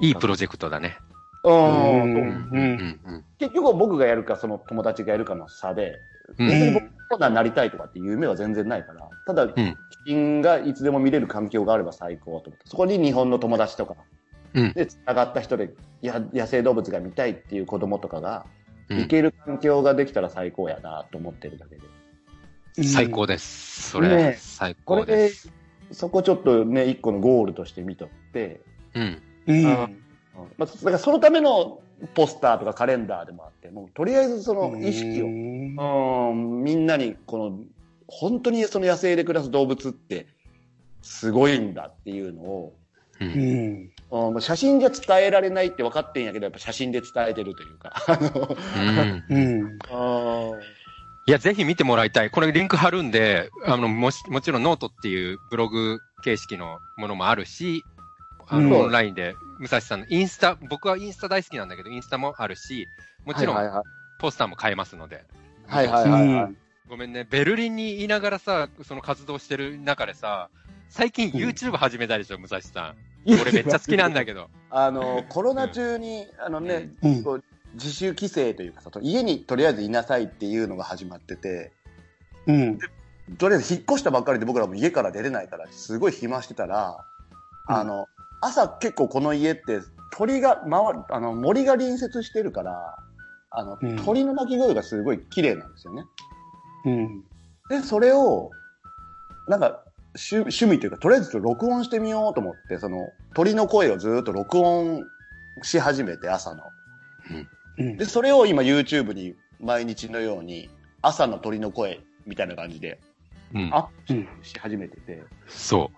[SPEAKER 2] いいプロジェクトだね。
[SPEAKER 3] う
[SPEAKER 1] う
[SPEAKER 3] ん
[SPEAKER 2] うんん。うん。うん
[SPEAKER 3] 結局僕がやるか、その友達がやるかの差で、
[SPEAKER 2] うん
[SPEAKER 3] 別に僕コロナになりたいとかっていう夢は全然ないから、ただ、基金がいつでも見れる環境があれば最高と思って、そこに日本の友達とか、
[SPEAKER 2] うん
[SPEAKER 3] で、繋がった人でや、野生動物が見たいっていう子供とかが、
[SPEAKER 2] う
[SPEAKER 3] 行
[SPEAKER 2] ん。
[SPEAKER 3] ける環境ができたら最高やなと思ってるだけで。
[SPEAKER 2] 最高です。そ
[SPEAKER 3] ねえ
[SPEAKER 2] れ、最
[SPEAKER 3] こ
[SPEAKER 2] 高
[SPEAKER 3] れ
[SPEAKER 2] で。、
[SPEAKER 3] ですそこちょっとね、一個のゴールとして見とって、
[SPEAKER 2] うん。
[SPEAKER 1] うん。
[SPEAKER 3] まあ、だからそのためのポスターとかカレンダーでもあって、もうとりあえずその意識を、
[SPEAKER 1] を。
[SPEAKER 3] うん、みんなにこの、本当にその野生で暮らす動物ってすごいんだっていうのを、
[SPEAKER 2] う。
[SPEAKER 1] うんん。
[SPEAKER 3] うんもう写真じゃ伝えられないって分かってんやけど、やっぱ写真で伝えてるというか、あの
[SPEAKER 2] うん。
[SPEAKER 1] うん。
[SPEAKER 3] あ
[SPEAKER 2] いや、ぜひ見てもらいたい。これリンク貼るんで、あの、もし、もちろんノートっていうブログ形式のものもあるし、あ
[SPEAKER 1] うん
[SPEAKER 2] の、オンラインで、武蔵さんのインスタ、僕はインスタ大好きなんだけど、インスタもあるし、も
[SPEAKER 3] ー
[SPEAKER 2] ちろ
[SPEAKER 3] はい
[SPEAKER 2] ん
[SPEAKER 3] は
[SPEAKER 2] ポスターも買えますので。
[SPEAKER 3] いはいはいはいはい。
[SPEAKER 2] ごめんね、ベルリンにいながらさ、その活動してる中でさ、最近 YouTube 始めたでしょ、武蔵さん。俺めっ
[SPEAKER 3] [LAUGHS]
[SPEAKER 2] ちゃ好きなんだけど。
[SPEAKER 3] あの、コロナ中に、あのね、
[SPEAKER 1] うん。
[SPEAKER 3] 自主規制というかさ、家にとりあえずいなさいっていうのが始まってて、
[SPEAKER 1] うん。
[SPEAKER 3] とりあえず引っ越したばっかりで僕らも家から出れないから、すごい暇してたら、
[SPEAKER 1] うん
[SPEAKER 3] あの、朝結構この家って鳥が回る、あの森が隣接してるから、あの、
[SPEAKER 1] うん
[SPEAKER 3] 鳥の鳴き声がすごい綺麗なんですよね。
[SPEAKER 1] うん。
[SPEAKER 3] で、それを、なんか、趣趣味というか、とりあえずちょっと録音してみようと思って、その、鳥の声をずーっと録音し始めて、朝の。
[SPEAKER 1] うん
[SPEAKER 3] で、。それを今 YouTube に毎日のように、朝の鳥の声みたいな感じで
[SPEAKER 2] うん
[SPEAKER 3] あし始めてて。
[SPEAKER 2] そ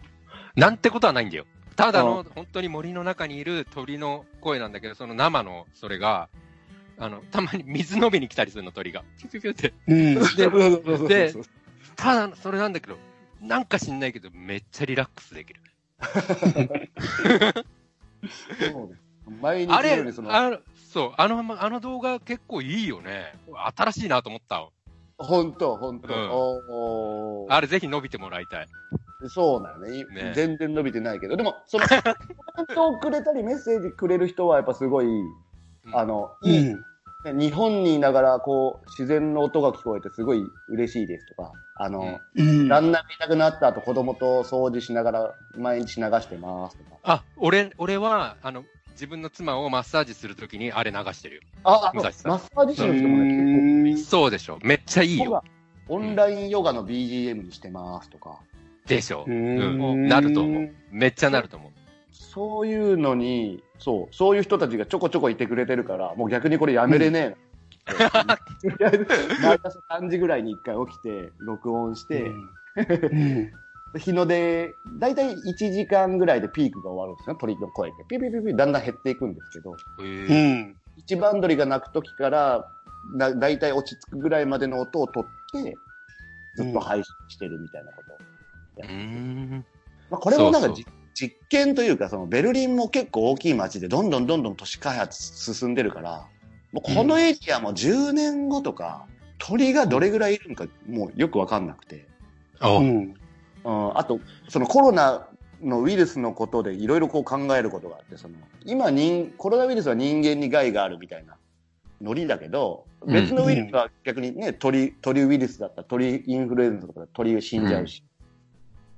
[SPEAKER 2] う。なんてことはないんだよ。ただの、本当に森の中にいる鳥の声なんだけど、その生の、それが、あの、たまに水飲みに来たりするの、鳥が。ピュピュピュって。
[SPEAKER 1] うん。 [LAUGHS]
[SPEAKER 2] でただ、それなんだけど、なんか知んないけど、めっちゃリラックスできる。
[SPEAKER 3] そうです毎日
[SPEAKER 2] あ
[SPEAKER 3] の
[SPEAKER 2] れ
[SPEAKER 3] ようにそ、の、
[SPEAKER 2] あのそう、あの、あの動画結構いいよね。新しいなと思った。
[SPEAKER 3] ほんと、ほんと。
[SPEAKER 2] うん
[SPEAKER 3] おー
[SPEAKER 2] あれ、ぜひ伸びてもらいたい。
[SPEAKER 3] そうなのね
[SPEAKER 2] ね
[SPEAKER 3] 全然伸びてないけど、でも、そ
[SPEAKER 2] [LAUGHS]
[SPEAKER 3] の、コメントをくれたりメッセージくれる人はやっぱすごい、あの、いいね日本にいながら、こう、自然の音が聞こえてすごい嬉しいですとか、あの、
[SPEAKER 1] うん。
[SPEAKER 3] ランナーがいなくなった後子供と掃除しながら毎日流してますとか。
[SPEAKER 2] あ、俺、俺は、あの、自分の妻をマッサージするときにあれ流してるよ。
[SPEAKER 3] あ、あ
[SPEAKER 2] 武
[SPEAKER 3] マ
[SPEAKER 2] 蔵
[SPEAKER 3] ッ
[SPEAKER 2] さん
[SPEAKER 3] サージ師の人もね、
[SPEAKER 2] そうでしょ。めっちゃいい
[SPEAKER 3] 結構、僕
[SPEAKER 2] よ。
[SPEAKER 3] はオンラインヨガの BGM にしてますとか、
[SPEAKER 2] でしょ。う
[SPEAKER 1] うん
[SPEAKER 2] ん。なると思う。めっちゃなると思う。
[SPEAKER 3] そういうのに、そう、そういう人たちがちょこちょこいてくれてるから、もう逆にこれやめれねえな。とりあえず毎朝3時ぐらいに1回起きて、録音して、
[SPEAKER 1] うん。
[SPEAKER 3] 日の出、だいたい1時間ぐらいでピークが終わるんですよ、鳥の声が。ピピピピ、だんだん減っていくんですけど、
[SPEAKER 1] う
[SPEAKER 2] え
[SPEAKER 1] ん。
[SPEAKER 3] 一番鳥が鳴く時から、だだいたい落ち着くぐらいまでの音を取って、ずっと配信してるみたいなこと。
[SPEAKER 2] ーうん。
[SPEAKER 3] まあ、これもなんか
[SPEAKER 2] そうそう
[SPEAKER 3] じ実験というか、そのベルリンも結構大きい街で、どんどんどんどん都市開発進んでるから、もうこのエリアも10年後とか、鳥がどれぐらいいるのか、もうよくわかんなくて。
[SPEAKER 2] あ
[SPEAKER 1] うん。
[SPEAKER 3] うん、あと、そのコロナのウイルスのことでいろいろこう考えることがあって、その、今人、コロナウイルスは人間に害があるみたいなノリだけ
[SPEAKER 2] う
[SPEAKER 3] ど、
[SPEAKER 2] ん
[SPEAKER 3] 別のウイルスは逆にね、鳥、鳥ウイルスだったら鳥インフルエンザとか鳥死んじゃうし、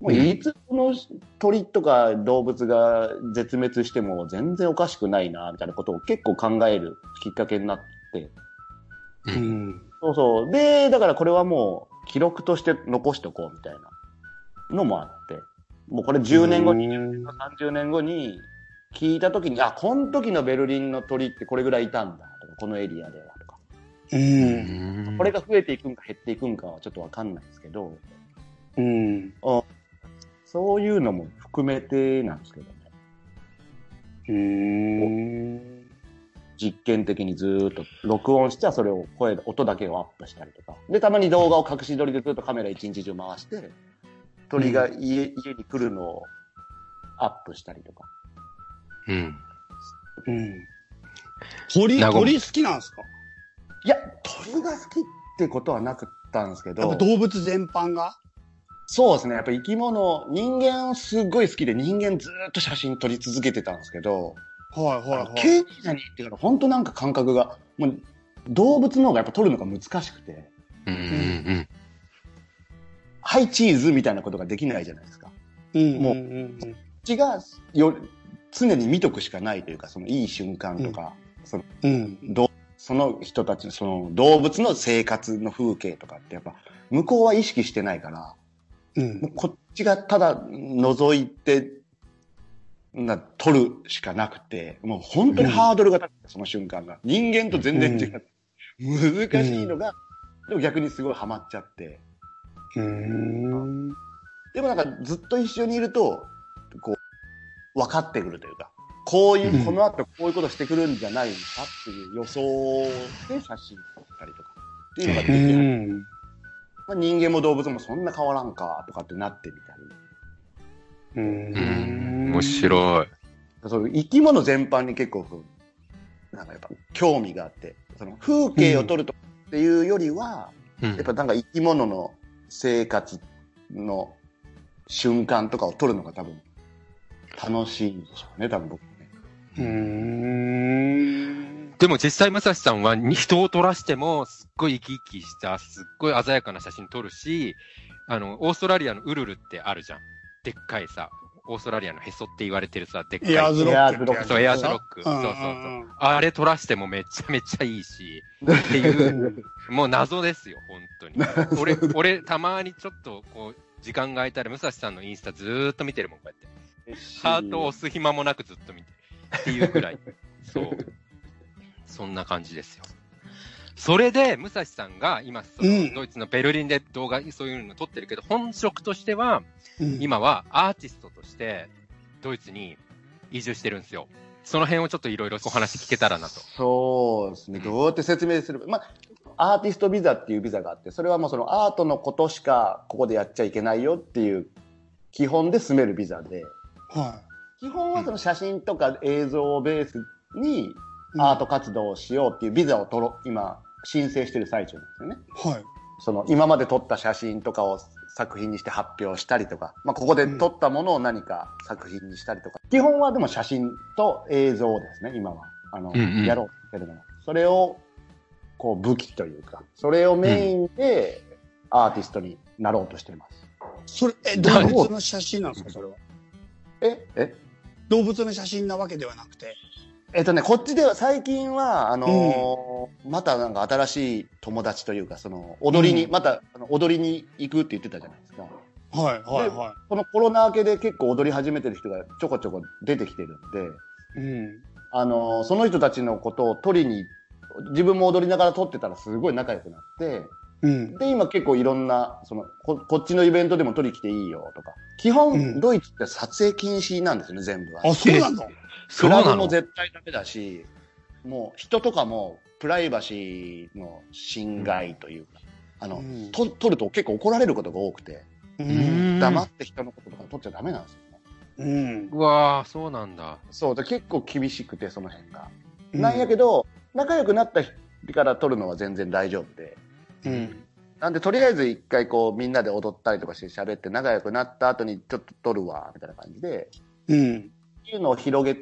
[SPEAKER 3] もういつこの鳥とか動物が絶滅しても全然おかしくないな、みたいなことを結構考えるきっかけになって、
[SPEAKER 1] うん。
[SPEAKER 3] そうそう。で、だからこれはもう記録として残しておこうみたいなのもあって、もうこれ10年後に、
[SPEAKER 1] うん
[SPEAKER 3] 30年後に聞いた時に、あ、この時のベルリンの鳥ってこれぐらいいたんだとか、このエリアではとか、
[SPEAKER 1] う。
[SPEAKER 2] うんん
[SPEAKER 3] これが増えていくんか減っていくんかはちょっとわかんないですけど、
[SPEAKER 1] うん。
[SPEAKER 3] そういうのも含めてなんですけどね。
[SPEAKER 1] うん。
[SPEAKER 3] 実験的にずーっと録音してはそれを声、音だけをアップしたりとか。で、たまに動画を隠し撮りでずっとカメラ一日中回して、鳥が家,、家に来るのをアップしたりとか。
[SPEAKER 2] うん。
[SPEAKER 1] うん。鳥、
[SPEAKER 2] なご
[SPEAKER 1] 鳥好きなんですか
[SPEAKER 3] いや、鳥が好きってことはなかったんですけ
[SPEAKER 1] やっぱ
[SPEAKER 3] ど、
[SPEAKER 1] 動物全般が
[SPEAKER 3] そうですね。やっぱ生き物、人間すごい好きで人間ずーっと写真撮り続けてたんですけど、
[SPEAKER 1] はいはいはい。
[SPEAKER 3] ケニアに行ってから本当なんか感覚が、もう動物の方がやっぱ撮るのが難しくて、
[SPEAKER 2] うんうん
[SPEAKER 3] はいチーズみたいなことができないじゃないですか。
[SPEAKER 1] うん
[SPEAKER 3] もう
[SPEAKER 1] うん
[SPEAKER 3] こっちがよ常に見とくしかないというかそのいい瞬間とか、
[SPEAKER 1] うんうん。
[SPEAKER 3] どその人たちのその動物の生活の風景とかってやっぱ向こうは意識してないから
[SPEAKER 1] う
[SPEAKER 3] も
[SPEAKER 1] ん
[SPEAKER 3] うこっちがただ覗いてな撮るしかなくてもう本当にハードルが高い、その瞬間が人間と全然違う、難しいのが、でも逆にすごいハマっちゃって。
[SPEAKER 1] うん。
[SPEAKER 3] でもなんかずっと一緒にいると、こう、分かってくるというか、こういう、この後こういうことしてくるんじゃないのかっていう予想で写真撮ったりとか、っていうのができ
[SPEAKER 1] う
[SPEAKER 3] る。
[SPEAKER 1] ん。
[SPEAKER 3] まあ、人間も動物もそんな変わらんか、とかってなってみたり。
[SPEAKER 1] う
[SPEAKER 2] うん。うん。
[SPEAKER 1] ん。
[SPEAKER 2] 面白い。
[SPEAKER 3] そういう生き物全般に結構こう、なんかやっぱ興味があって、その風景を撮るとかっていうよりは、
[SPEAKER 2] うん
[SPEAKER 3] やっぱなんか生き物の生活の瞬間とかを撮るのが多分楽しいんでしょうね、多分僕もね。
[SPEAKER 1] うん。
[SPEAKER 2] でも実際、まさしさんはに人を撮らしても、すっごい生き生きした、すっごい鮮やかな写真撮るし、あの、オーストラリアのウルルってあるじゃん。でっかいさ、オーストラリアのへそって言われてるさ、でっかい。
[SPEAKER 1] エアーズロックってやつ。
[SPEAKER 2] そう、エアーズロック。
[SPEAKER 1] う
[SPEAKER 2] そ
[SPEAKER 1] ん
[SPEAKER 2] う
[SPEAKER 1] うん
[SPEAKER 2] そううんそう。あれ撮らしてもめちゃめちゃいいし、って
[SPEAKER 1] [LAUGHS]
[SPEAKER 2] いう、もう謎ですよ、本当に。俺、俺、たまにちょっと、こう、時間が空いたら、武蔵さんのインスタずーっと見てるもん、こうやって。ハートを押す暇もなくずっと見てっていうくら
[SPEAKER 1] [LAUGHS]
[SPEAKER 2] い。そう。そんな感じですよ。それで、武蔵さんが今、そ
[SPEAKER 1] うん
[SPEAKER 2] のドイツのベルリンで動画、そういうの撮ってるけど、本職としては、
[SPEAKER 1] うん。
[SPEAKER 2] 今はアーティストとして、ドイツに移住してるんですよ。その辺をちょっといろいろお話聞けたらなと。
[SPEAKER 3] そうですね。どうやって説明するまあ、アーティストビザっていうビザがあって、それはもうそのアートのことしかここでやっちゃいけないよっていう基本で住めるビザで、
[SPEAKER 1] は
[SPEAKER 3] 基本はその写真とか映像をベースに
[SPEAKER 1] い。
[SPEAKER 3] アート活動をしようっていうビザを取ろ、今申請してる最中なんですよね。
[SPEAKER 1] はい。
[SPEAKER 3] その今まで撮った写真とかを作品にして発表したりとか、まあ、ここで撮ったものを何か作品にしたりとか、基本はでも写真と映像ですね今はあの、
[SPEAKER 2] うんうん
[SPEAKER 3] やろうってるのはそれをこう武器というかそれをメインでアーティストになろうとしています、
[SPEAKER 1] それ、え、動物の写真なんですか、それは。
[SPEAKER 3] ええ
[SPEAKER 1] 動物の写真なわけではなくて。
[SPEAKER 3] えっとねこっちでは最近はあのーまたなんか新しい友達というかその踊りに、
[SPEAKER 1] うん
[SPEAKER 3] またあの踊りに行くって言ってたじゃないですか、
[SPEAKER 1] はいはいは
[SPEAKER 3] このコロナ明けで結構踊り始めてる人がちょこちょこ出てきてるんで、
[SPEAKER 1] い。うん。
[SPEAKER 3] あのーその人たちのことを取りに、自分も踊りながら撮ってたらすごい仲良くなって、
[SPEAKER 1] うん。
[SPEAKER 3] で、今結構いろんな、そのこ、こっちのイベントでも取り来ていいよとか。基本、
[SPEAKER 1] うん
[SPEAKER 3] ドイツって撮影禁止なんですよね、全部は。
[SPEAKER 1] あ、そうなの
[SPEAKER 2] そ
[SPEAKER 3] ク
[SPEAKER 2] うな
[SPEAKER 3] ラ
[SPEAKER 2] の
[SPEAKER 3] ブも絶対ダメだし、もう人とかもプライバシーの侵害というか、あの、
[SPEAKER 1] うん
[SPEAKER 3] と撮ると結構怒られることが多くて、
[SPEAKER 1] うん。
[SPEAKER 3] 黙って人のこととか撮っちゃダメなんですよね。
[SPEAKER 1] うん。
[SPEAKER 2] うわー、そうなんだ。
[SPEAKER 3] そう、で結構厳しくて、その辺が。
[SPEAKER 1] うん
[SPEAKER 3] なんやけど、仲良くなった人から撮るのは全然大丈夫で。
[SPEAKER 1] うん。
[SPEAKER 3] なんで、とりあえず一回こう、みんなで踊ったりとかして喋って仲良くなった後にちょっと撮るわ、みたいな感じで、
[SPEAKER 1] うん。
[SPEAKER 3] っていうのを広げ、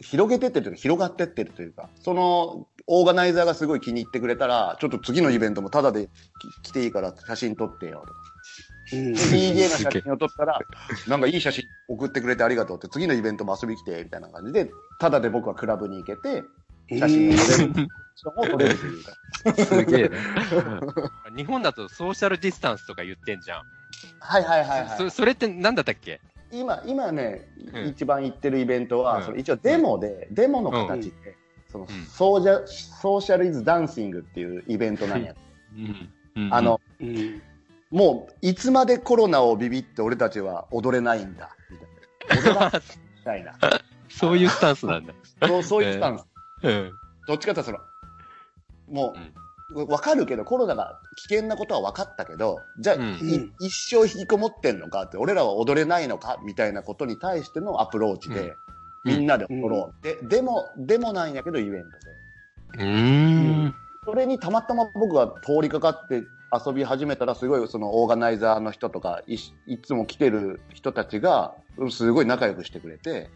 [SPEAKER 3] 広げてってるというか、広がってってるというか、その、オーガナイザーがすごい気に入ってくれたら、ちょっと次のイベントもタダでき来ていいから写真撮っ
[SPEAKER 1] [LAUGHS]
[SPEAKER 3] てよ、とか。
[SPEAKER 1] うん。
[SPEAKER 3] DJ の写真を撮ったら、なんかいい写真送ってくれてありがとうって、次のイベントも遊び来て、みたいな感じで、タダで僕はクラブに行けて、写真を撮れる。写真を撮れるというか。
[SPEAKER 2] すげえね。 [LAUGHS] 日本だとソーシャルディスタンスとか言ってんじゃん。
[SPEAKER 3] はいはいはいはい。
[SPEAKER 2] [LAUGHS] そそれって何だったっけ
[SPEAKER 3] 今今ね、
[SPEAKER 2] うん
[SPEAKER 3] 一番行ってるイベントは、
[SPEAKER 2] うん
[SPEAKER 3] その一応デモで、デモの形で、その
[SPEAKER 2] ん
[SPEAKER 3] ソージャソーシャルイズダンシングっていうイベントなんや、
[SPEAKER 2] うん
[SPEAKER 3] あ、の
[SPEAKER 1] うん。
[SPEAKER 3] もういつまでコロナをビビって俺たちは踊れないんだみたいな踊らないみた
[SPEAKER 2] [LAUGHS]
[SPEAKER 3] いな
[SPEAKER 2] [LAUGHS] そういうスタンスなんだ。
[SPEAKER 3] そうそういうスタンス、
[SPEAKER 2] うん。
[SPEAKER 3] どっちかというとそのもう、わかるけどコロナが危険なことは分かったけどじゃあ、
[SPEAKER 2] うん
[SPEAKER 3] い一生引きこもってんのかって俺らは踊れないのかみたいなことに対してのアプローチで。
[SPEAKER 2] うん
[SPEAKER 3] みんなで踊ろう。で、でも、でもなんやけどイベントで。
[SPEAKER 2] うーん。
[SPEAKER 3] それにたまたま僕が通りかかって遊び始めたら、すごいそのオーガナイザーの人とか、いいつも来てる人たちが、うんすごい仲良くしてくれて、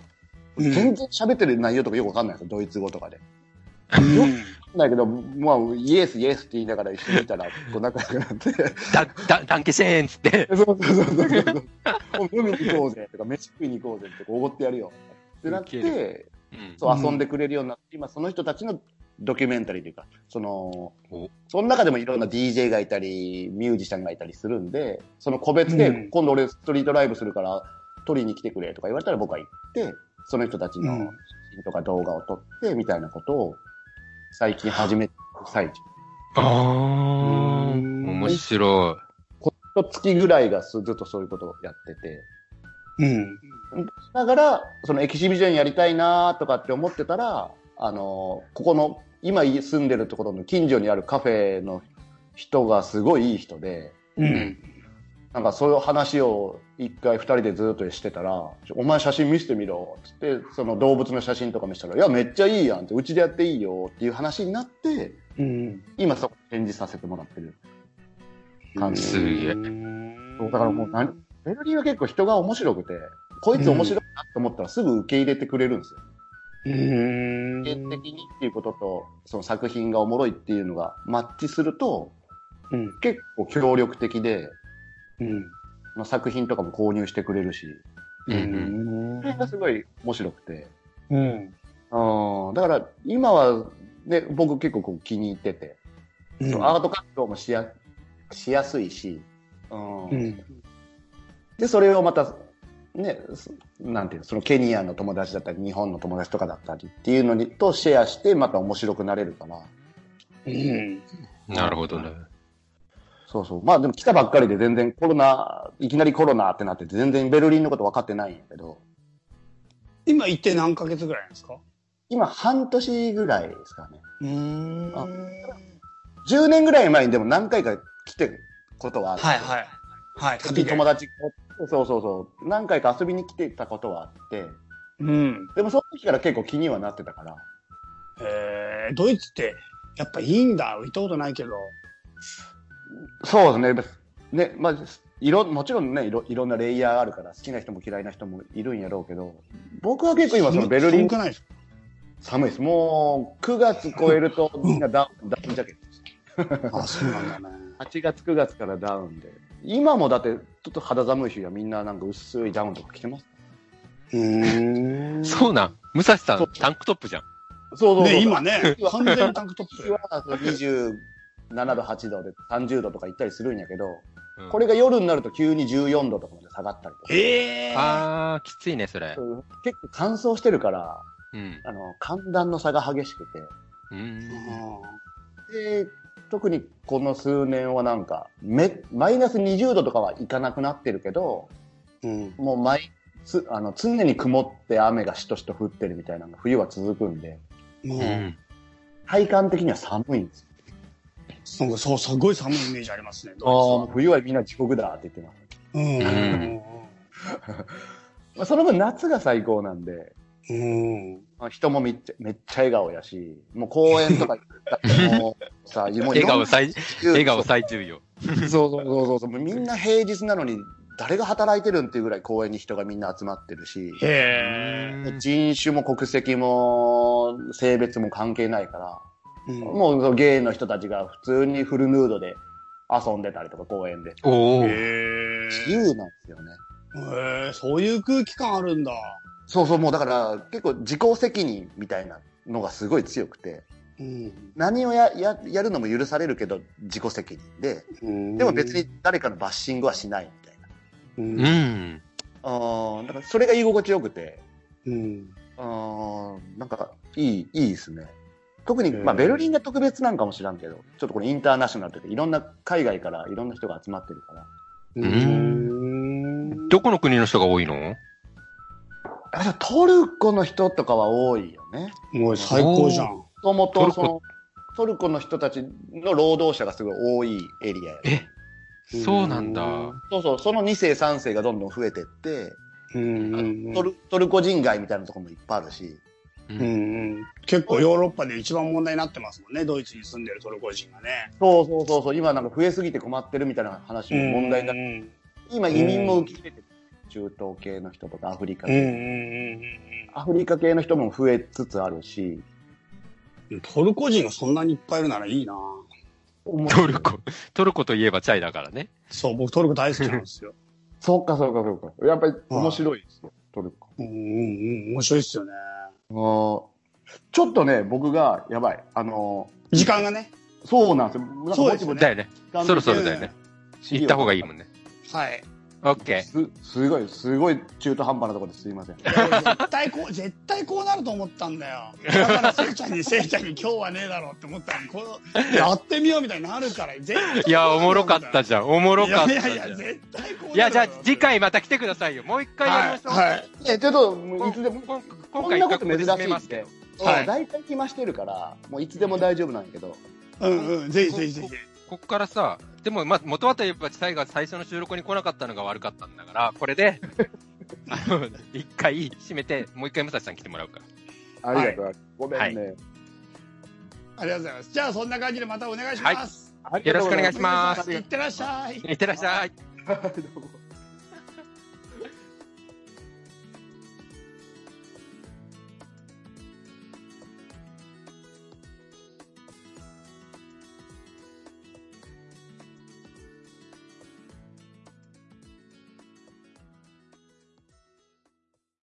[SPEAKER 1] うん
[SPEAKER 3] 全然喋ってる内容とかよくわかんないですよ、ドイツ語とかで。
[SPEAKER 1] うん
[SPEAKER 3] だけど、まあ、イエスイエスって言いながら一緒にいたら、こう仲良くなって、 [LAUGHS]
[SPEAKER 2] だ、だ、ダンケシェーンっつって。
[SPEAKER 3] そうそうそうそうそう。お海に行こうぜとか、飯食いに行こうぜとか、おごってやるよ。ってなっ
[SPEAKER 2] ウケ
[SPEAKER 3] て、
[SPEAKER 2] うん
[SPEAKER 3] そううん遊んでくれるようになって、今その人たちのドキュメンタリーというか、その
[SPEAKER 2] お、
[SPEAKER 3] その中でもいろんな DJ がいたり、ミュージシャンがいたりするんで、その個別で、
[SPEAKER 1] うん
[SPEAKER 3] 今度俺ストリートライブするから、撮りに来てくれとか言われたら僕は行って、その人たちの
[SPEAKER 1] うん
[SPEAKER 3] 写真とか動画を撮って、みたいなことを最近始めてる最中。
[SPEAKER 2] ああ、
[SPEAKER 1] ん
[SPEAKER 2] 面白
[SPEAKER 3] と月ぐらいがすずっとそういうことをやってて、
[SPEAKER 1] うん。
[SPEAKER 3] だから、そのエキシビジョンやりたいなとかって思ってたら、あのここの、今住んでるところの近所にあるカフェの人がすごいいい人で、
[SPEAKER 1] うん。
[SPEAKER 3] なんかそういう話を一回二人でずっとしてたら、ちょお前写真見せてみろっつって、その動物の写真とか見せたら、いや、めっちゃいいやんって、うちでやっていいよっていう話になって、
[SPEAKER 1] うん。
[SPEAKER 3] 今そこ展示させてもらってる感じ。
[SPEAKER 2] すげえ
[SPEAKER 3] そうだからもう何ベルリンは結構人が面白くて、こいつ面白いなと思ったらすぐ受け入れてくれるんですよ。
[SPEAKER 1] うん。
[SPEAKER 3] 経験的にっていうこととその作品がおもろいっていうのがマッチすると
[SPEAKER 1] うん。
[SPEAKER 3] 結構協力的で、
[SPEAKER 1] うん。
[SPEAKER 3] まあ、作品とかも購入してくれるし
[SPEAKER 2] い。うん
[SPEAKER 3] それがすごい面白くて
[SPEAKER 1] うん。
[SPEAKER 3] うんだから今は、ね、僕結構こう気に入ってて、そのアート活動もしやしやすいし、うん
[SPEAKER 1] うん。
[SPEAKER 3] でそれをまた、ね、そなんていうのそのケニアの友達だったり日本の友達とかだったりっていうのにとシェアしてまた面白くなれるから。
[SPEAKER 1] うん。
[SPEAKER 2] うん。なるほどね。
[SPEAKER 3] そうそう。まあでも来たばっかりで全然コロナ、いきなりコロナってなってて全然ベルリンのこと分かってないんやけど、
[SPEAKER 1] 今行って何ヶ月ぐらいですか
[SPEAKER 3] 今半年ぐらいですかね。
[SPEAKER 1] うん
[SPEAKER 3] あ
[SPEAKER 1] はい
[SPEAKER 3] 10年ぐらい前にでも何回か来てることはあって、
[SPEAKER 1] はい。はい。
[SPEAKER 3] い、友達、そうそうそう、何回か遊びに来てたことはあって、
[SPEAKER 1] うん。
[SPEAKER 3] でもその時から結構気にはなってたから、
[SPEAKER 1] えー、ドイツって、やっぱいいんだ。行ったことないけど。
[SPEAKER 3] そうですね。ね、まあ、いろ、もちろんね、いろ、いろんなレイヤーがあるから、好きな人も嫌いな人もいるんやろうけど、僕は結構今、そのベルリ
[SPEAKER 1] 寒
[SPEAKER 3] ン
[SPEAKER 1] くないですか
[SPEAKER 3] 寒いです。もう、9月超えるとみんなダ
[SPEAKER 1] [LAUGHS]
[SPEAKER 3] ウン、ダウンジャケット。
[SPEAKER 1] あ、そうなんだね。
[SPEAKER 3] 8月9月からダウンで今もだってちょっと肌寒い日はみんななんか薄いダウンとか着てます
[SPEAKER 1] うーん。
[SPEAKER 2] そうなん。武蔵さ
[SPEAKER 3] そ
[SPEAKER 2] ん
[SPEAKER 3] う、
[SPEAKER 2] タンクトップじゃん。
[SPEAKER 3] そうそうそう
[SPEAKER 1] ね、今ね、完全にタンクトッ
[SPEAKER 3] 日 [LAUGHS] は27度8度で30度とか行ったりするんやけど、
[SPEAKER 2] うん
[SPEAKER 3] これが夜になると急に14度とかまで下がったりと
[SPEAKER 1] プ。
[SPEAKER 3] か
[SPEAKER 1] えー。
[SPEAKER 2] ああ、きついね、それ
[SPEAKER 3] そ。ういう結構乾燥してるから
[SPEAKER 2] うん。
[SPEAKER 3] あの寒暖の差が激しく
[SPEAKER 2] うん。
[SPEAKER 3] てで特にこの数年はなんかめマイナス20度とかはいかなくなってるけど
[SPEAKER 1] うん。
[SPEAKER 3] もう毎つあの常に曇って雨がしとしと降ってるみたいなのが冬は続くんで
[SPEAKER 1] もう、
[SPEAKER 2] うん。
[SPEAKER 3] 体感的には寒いんですよ
[SPEAKER 1] なんかそう、すごい寒いイメージありますね。
[SPEAKER 3] もう冬はみんな地獄だって言ってます、
[SPEAKER 1] うん。
[SPEAKER 2] う
[SPEAKER 3] まあ、その分夏が最高なんで
[SPEAKER 1] うん。
[SPEAKER 3] まあ人もめっちゃめっちゃ笑顔やしもう公園とか行ったらもうさもう
[SPEAKER 2] 笑顔最、
[SPEAKER 3] 40
[SPEAKER 2] 笑顔最重要。
[SPEAKER 1] [LAUGHS]
[SPEAKER 3] そうそうそうそうそうもうみんな平日なのに誰が働いてるんっていうぐらい公園に人がみんな集まってるし
[SPEAKER 1] へえ。
[SPEAKER 3] 人種も国籍も性別も関係ないから、
[SPEAKER 1] うん
[SPEAKER 3] もうそのゲイの人たちが普通にフルヌードで遊んでたりとか公園で
[SPEAKER 2] おお
[SPEAKER 1] へ。え。
[SPEAKER 3] 自由なんですよね
[SPEAKER 1] へえ、そういう空気感あるんだ。
[SPEAKER 3] そうそうもうだから結構自己責任みたいなのがすごい強くて
[SPEAKER 1] うん。
[SPEAKER 3] 何をやややるのも許されるけど自己責任でで
[SPEAKER 1] で
[SPEAKER 3] も別に誰かのバッシングはしないみたい
[SPEAKER 1] う
[SPEAKER 3] な
[SPEAKER 1] ん。
[SPEAKER 2] うん。
[SPEAKER 3] あーだからそれが居心地よくて
[SPEAKER 1] うん。
[SPEAKER 3] あーなんかいいいいですね特に、
[SPEAKER 1] うん
[SPEAKER 3] まあ、ベルリンが特別なんかも知らんけどちょっとこれインターナショナルというかいろんな海外からいろんな人が集まってるから
[SPEAKER 1] うん
[SPEAKER 2] どこの国の人が多いの
[SPEAKER 3] あじゃあトルコの人とかは多いよね
[SPEAKER 1] もう最高じゃん。
[SPEAKER 3] もとも
[SPEAKER 2] ト
[SPEAKER 3] と
[SPEAKER 2] ルコ
[SPEAKER 3] そのトルコの人たちの労働者がすごい多いエリアやね
[SPEAKER 2] えそうなんだ。
[SPEAKER 3] そうそうその2世3世がどんどん増えてって、
[SPEAKER 1] うんうん
[SPEAKER 3] トルトルコ人街みたいなところもいっぱいあるし
[SPEAKER 1] う
[SPEAKER 2] う。
[SPEAKER 1] んんうん、結構ヨーロッパで一番問題になってますもんね、ドイツに住んでるトルコ人がね。
[SPEAKER 3] そうそうそうそう今なんか増えすぎて困ってるみたいな話も問題になって、
[SPEAKER 1] る。
[SPEAKER 3] 今移民も受け入れてる中東系の人とかアフリカ
[SPEAKER 1] うん
[SPEAKER 3] 系、
[SPEAKER 1] うんうん
[SPEAKER 3] アフリカ系の人も増えつつあるし、
[SPEAKER 1] うん。トルコ人がそんなにいっぱいいるならいいな
[SPEAKER 2] トルコ、トルコといえばチャイだからね。
[SPEAKER 1] そう、僕トルコ大好きなんですよ。
[SPEAKER 3] そうかそうかそうか。やっぱり面白いですよ、トルコ。
[SPEAKER 1] うんうんうん、面白いっすよね。
[SPEAKER 3] あーちょっとね、僕が、やばい、あの
[SPEAKER 1] 時間がね。
[SPEAKER 3] ーそうなんですよ。なんか
[SPEAKER 1] そうです
[SPEAKER 3] ぼちぼち
[SPEAKER 2] だよね。
[SPEAKER 3] 時間の
[SPEAKER 2] そろそろだよね。
[SPEAKER 3] 資料
[SPEAKER 2] 行った方がいいもんね。
[SPEAKER 1] はい。
[SPEAKER 2] オッケ
[SPEAKER 3] すすごい、すごい中途半端なところですいません。
[SPEAKER 1] 絶対こう、絶対こうなると思ったんだよ。だから、せいちゃんに、せいちゃんに今日はねえだろうって思ったのに、こう、やってみようみたいになるから、絶対
[SPEAKER 2] ー。いや、おもろかった
[SPEAKER 1] じ
[SPEAKER 2] じゃん。おもろかった
[SPEAKER 1] い
[SPEAKER 2] じゃ
[SPEAKER 1] や
[SPEAKER 2] ん。
[SPEAKER 1] いやいや、絶対こうなるだろう
[SPEAKER 2] いや、じゃあ次回また来てくださいよ。もう一回やりましょう。
[SPEAKER 1] はい。はい
[SPEAKER 3] え、ちょっと、も
[SPEAKER 2] こ
[SPEAKER 3] うんいつでも、
[SPEAKER 2] こん今
[SPEAKER 3] こ
[SPEAKER 2] 回
[SPEAKER 3] ん
[SPEAKER 2] 一
[SPEAKER 3] な
[SPEAKER 2] 回
[SPEAKER 3] こ
[SPEAKER 2] ことこで
[SPEAKER 3] 珍し
[SPEAKER 2] 締め
[SPEAKER 3] い
[SPEAKER 2] ま
[SPEAKER 3] っ
[SPEAKER 2] すけ
[SPEAKER 3] て
[SPEAKER 2] ど。。
[SPEAKER 1] はい
[SPEAKER 3] うん大体決ましてるから、もういつでも大丈夫なんやけど。
[SPEAKER 1] うんうん、ぜひぜひぜひ。
[SPEAKER 2] こっからさ、でも、まあ、元はといえば、チャイが最初の収録に来なかったのが悪かったんだから、これで、あの、一回締めて、もう一回武蔵さん来てもらうから。
[SPEAKER 3] あ
[SPEAKER 1] い
[SPEAKER 3] りがとう。ごめんね。
[SPEAKER 1] ありがとうございます。じゃあそんな感じでまたお願いします。
[SPEAKER 3] ありがとうご
[SPEAKER 2] よろし
[SPEAKER 3] ざ
[SPEAKER 2] くお願いします
[SPEAKER 1] いってらっしゃい。
[SPEAKER 2] いってらっしゃい。
[SPEAKER 3] す。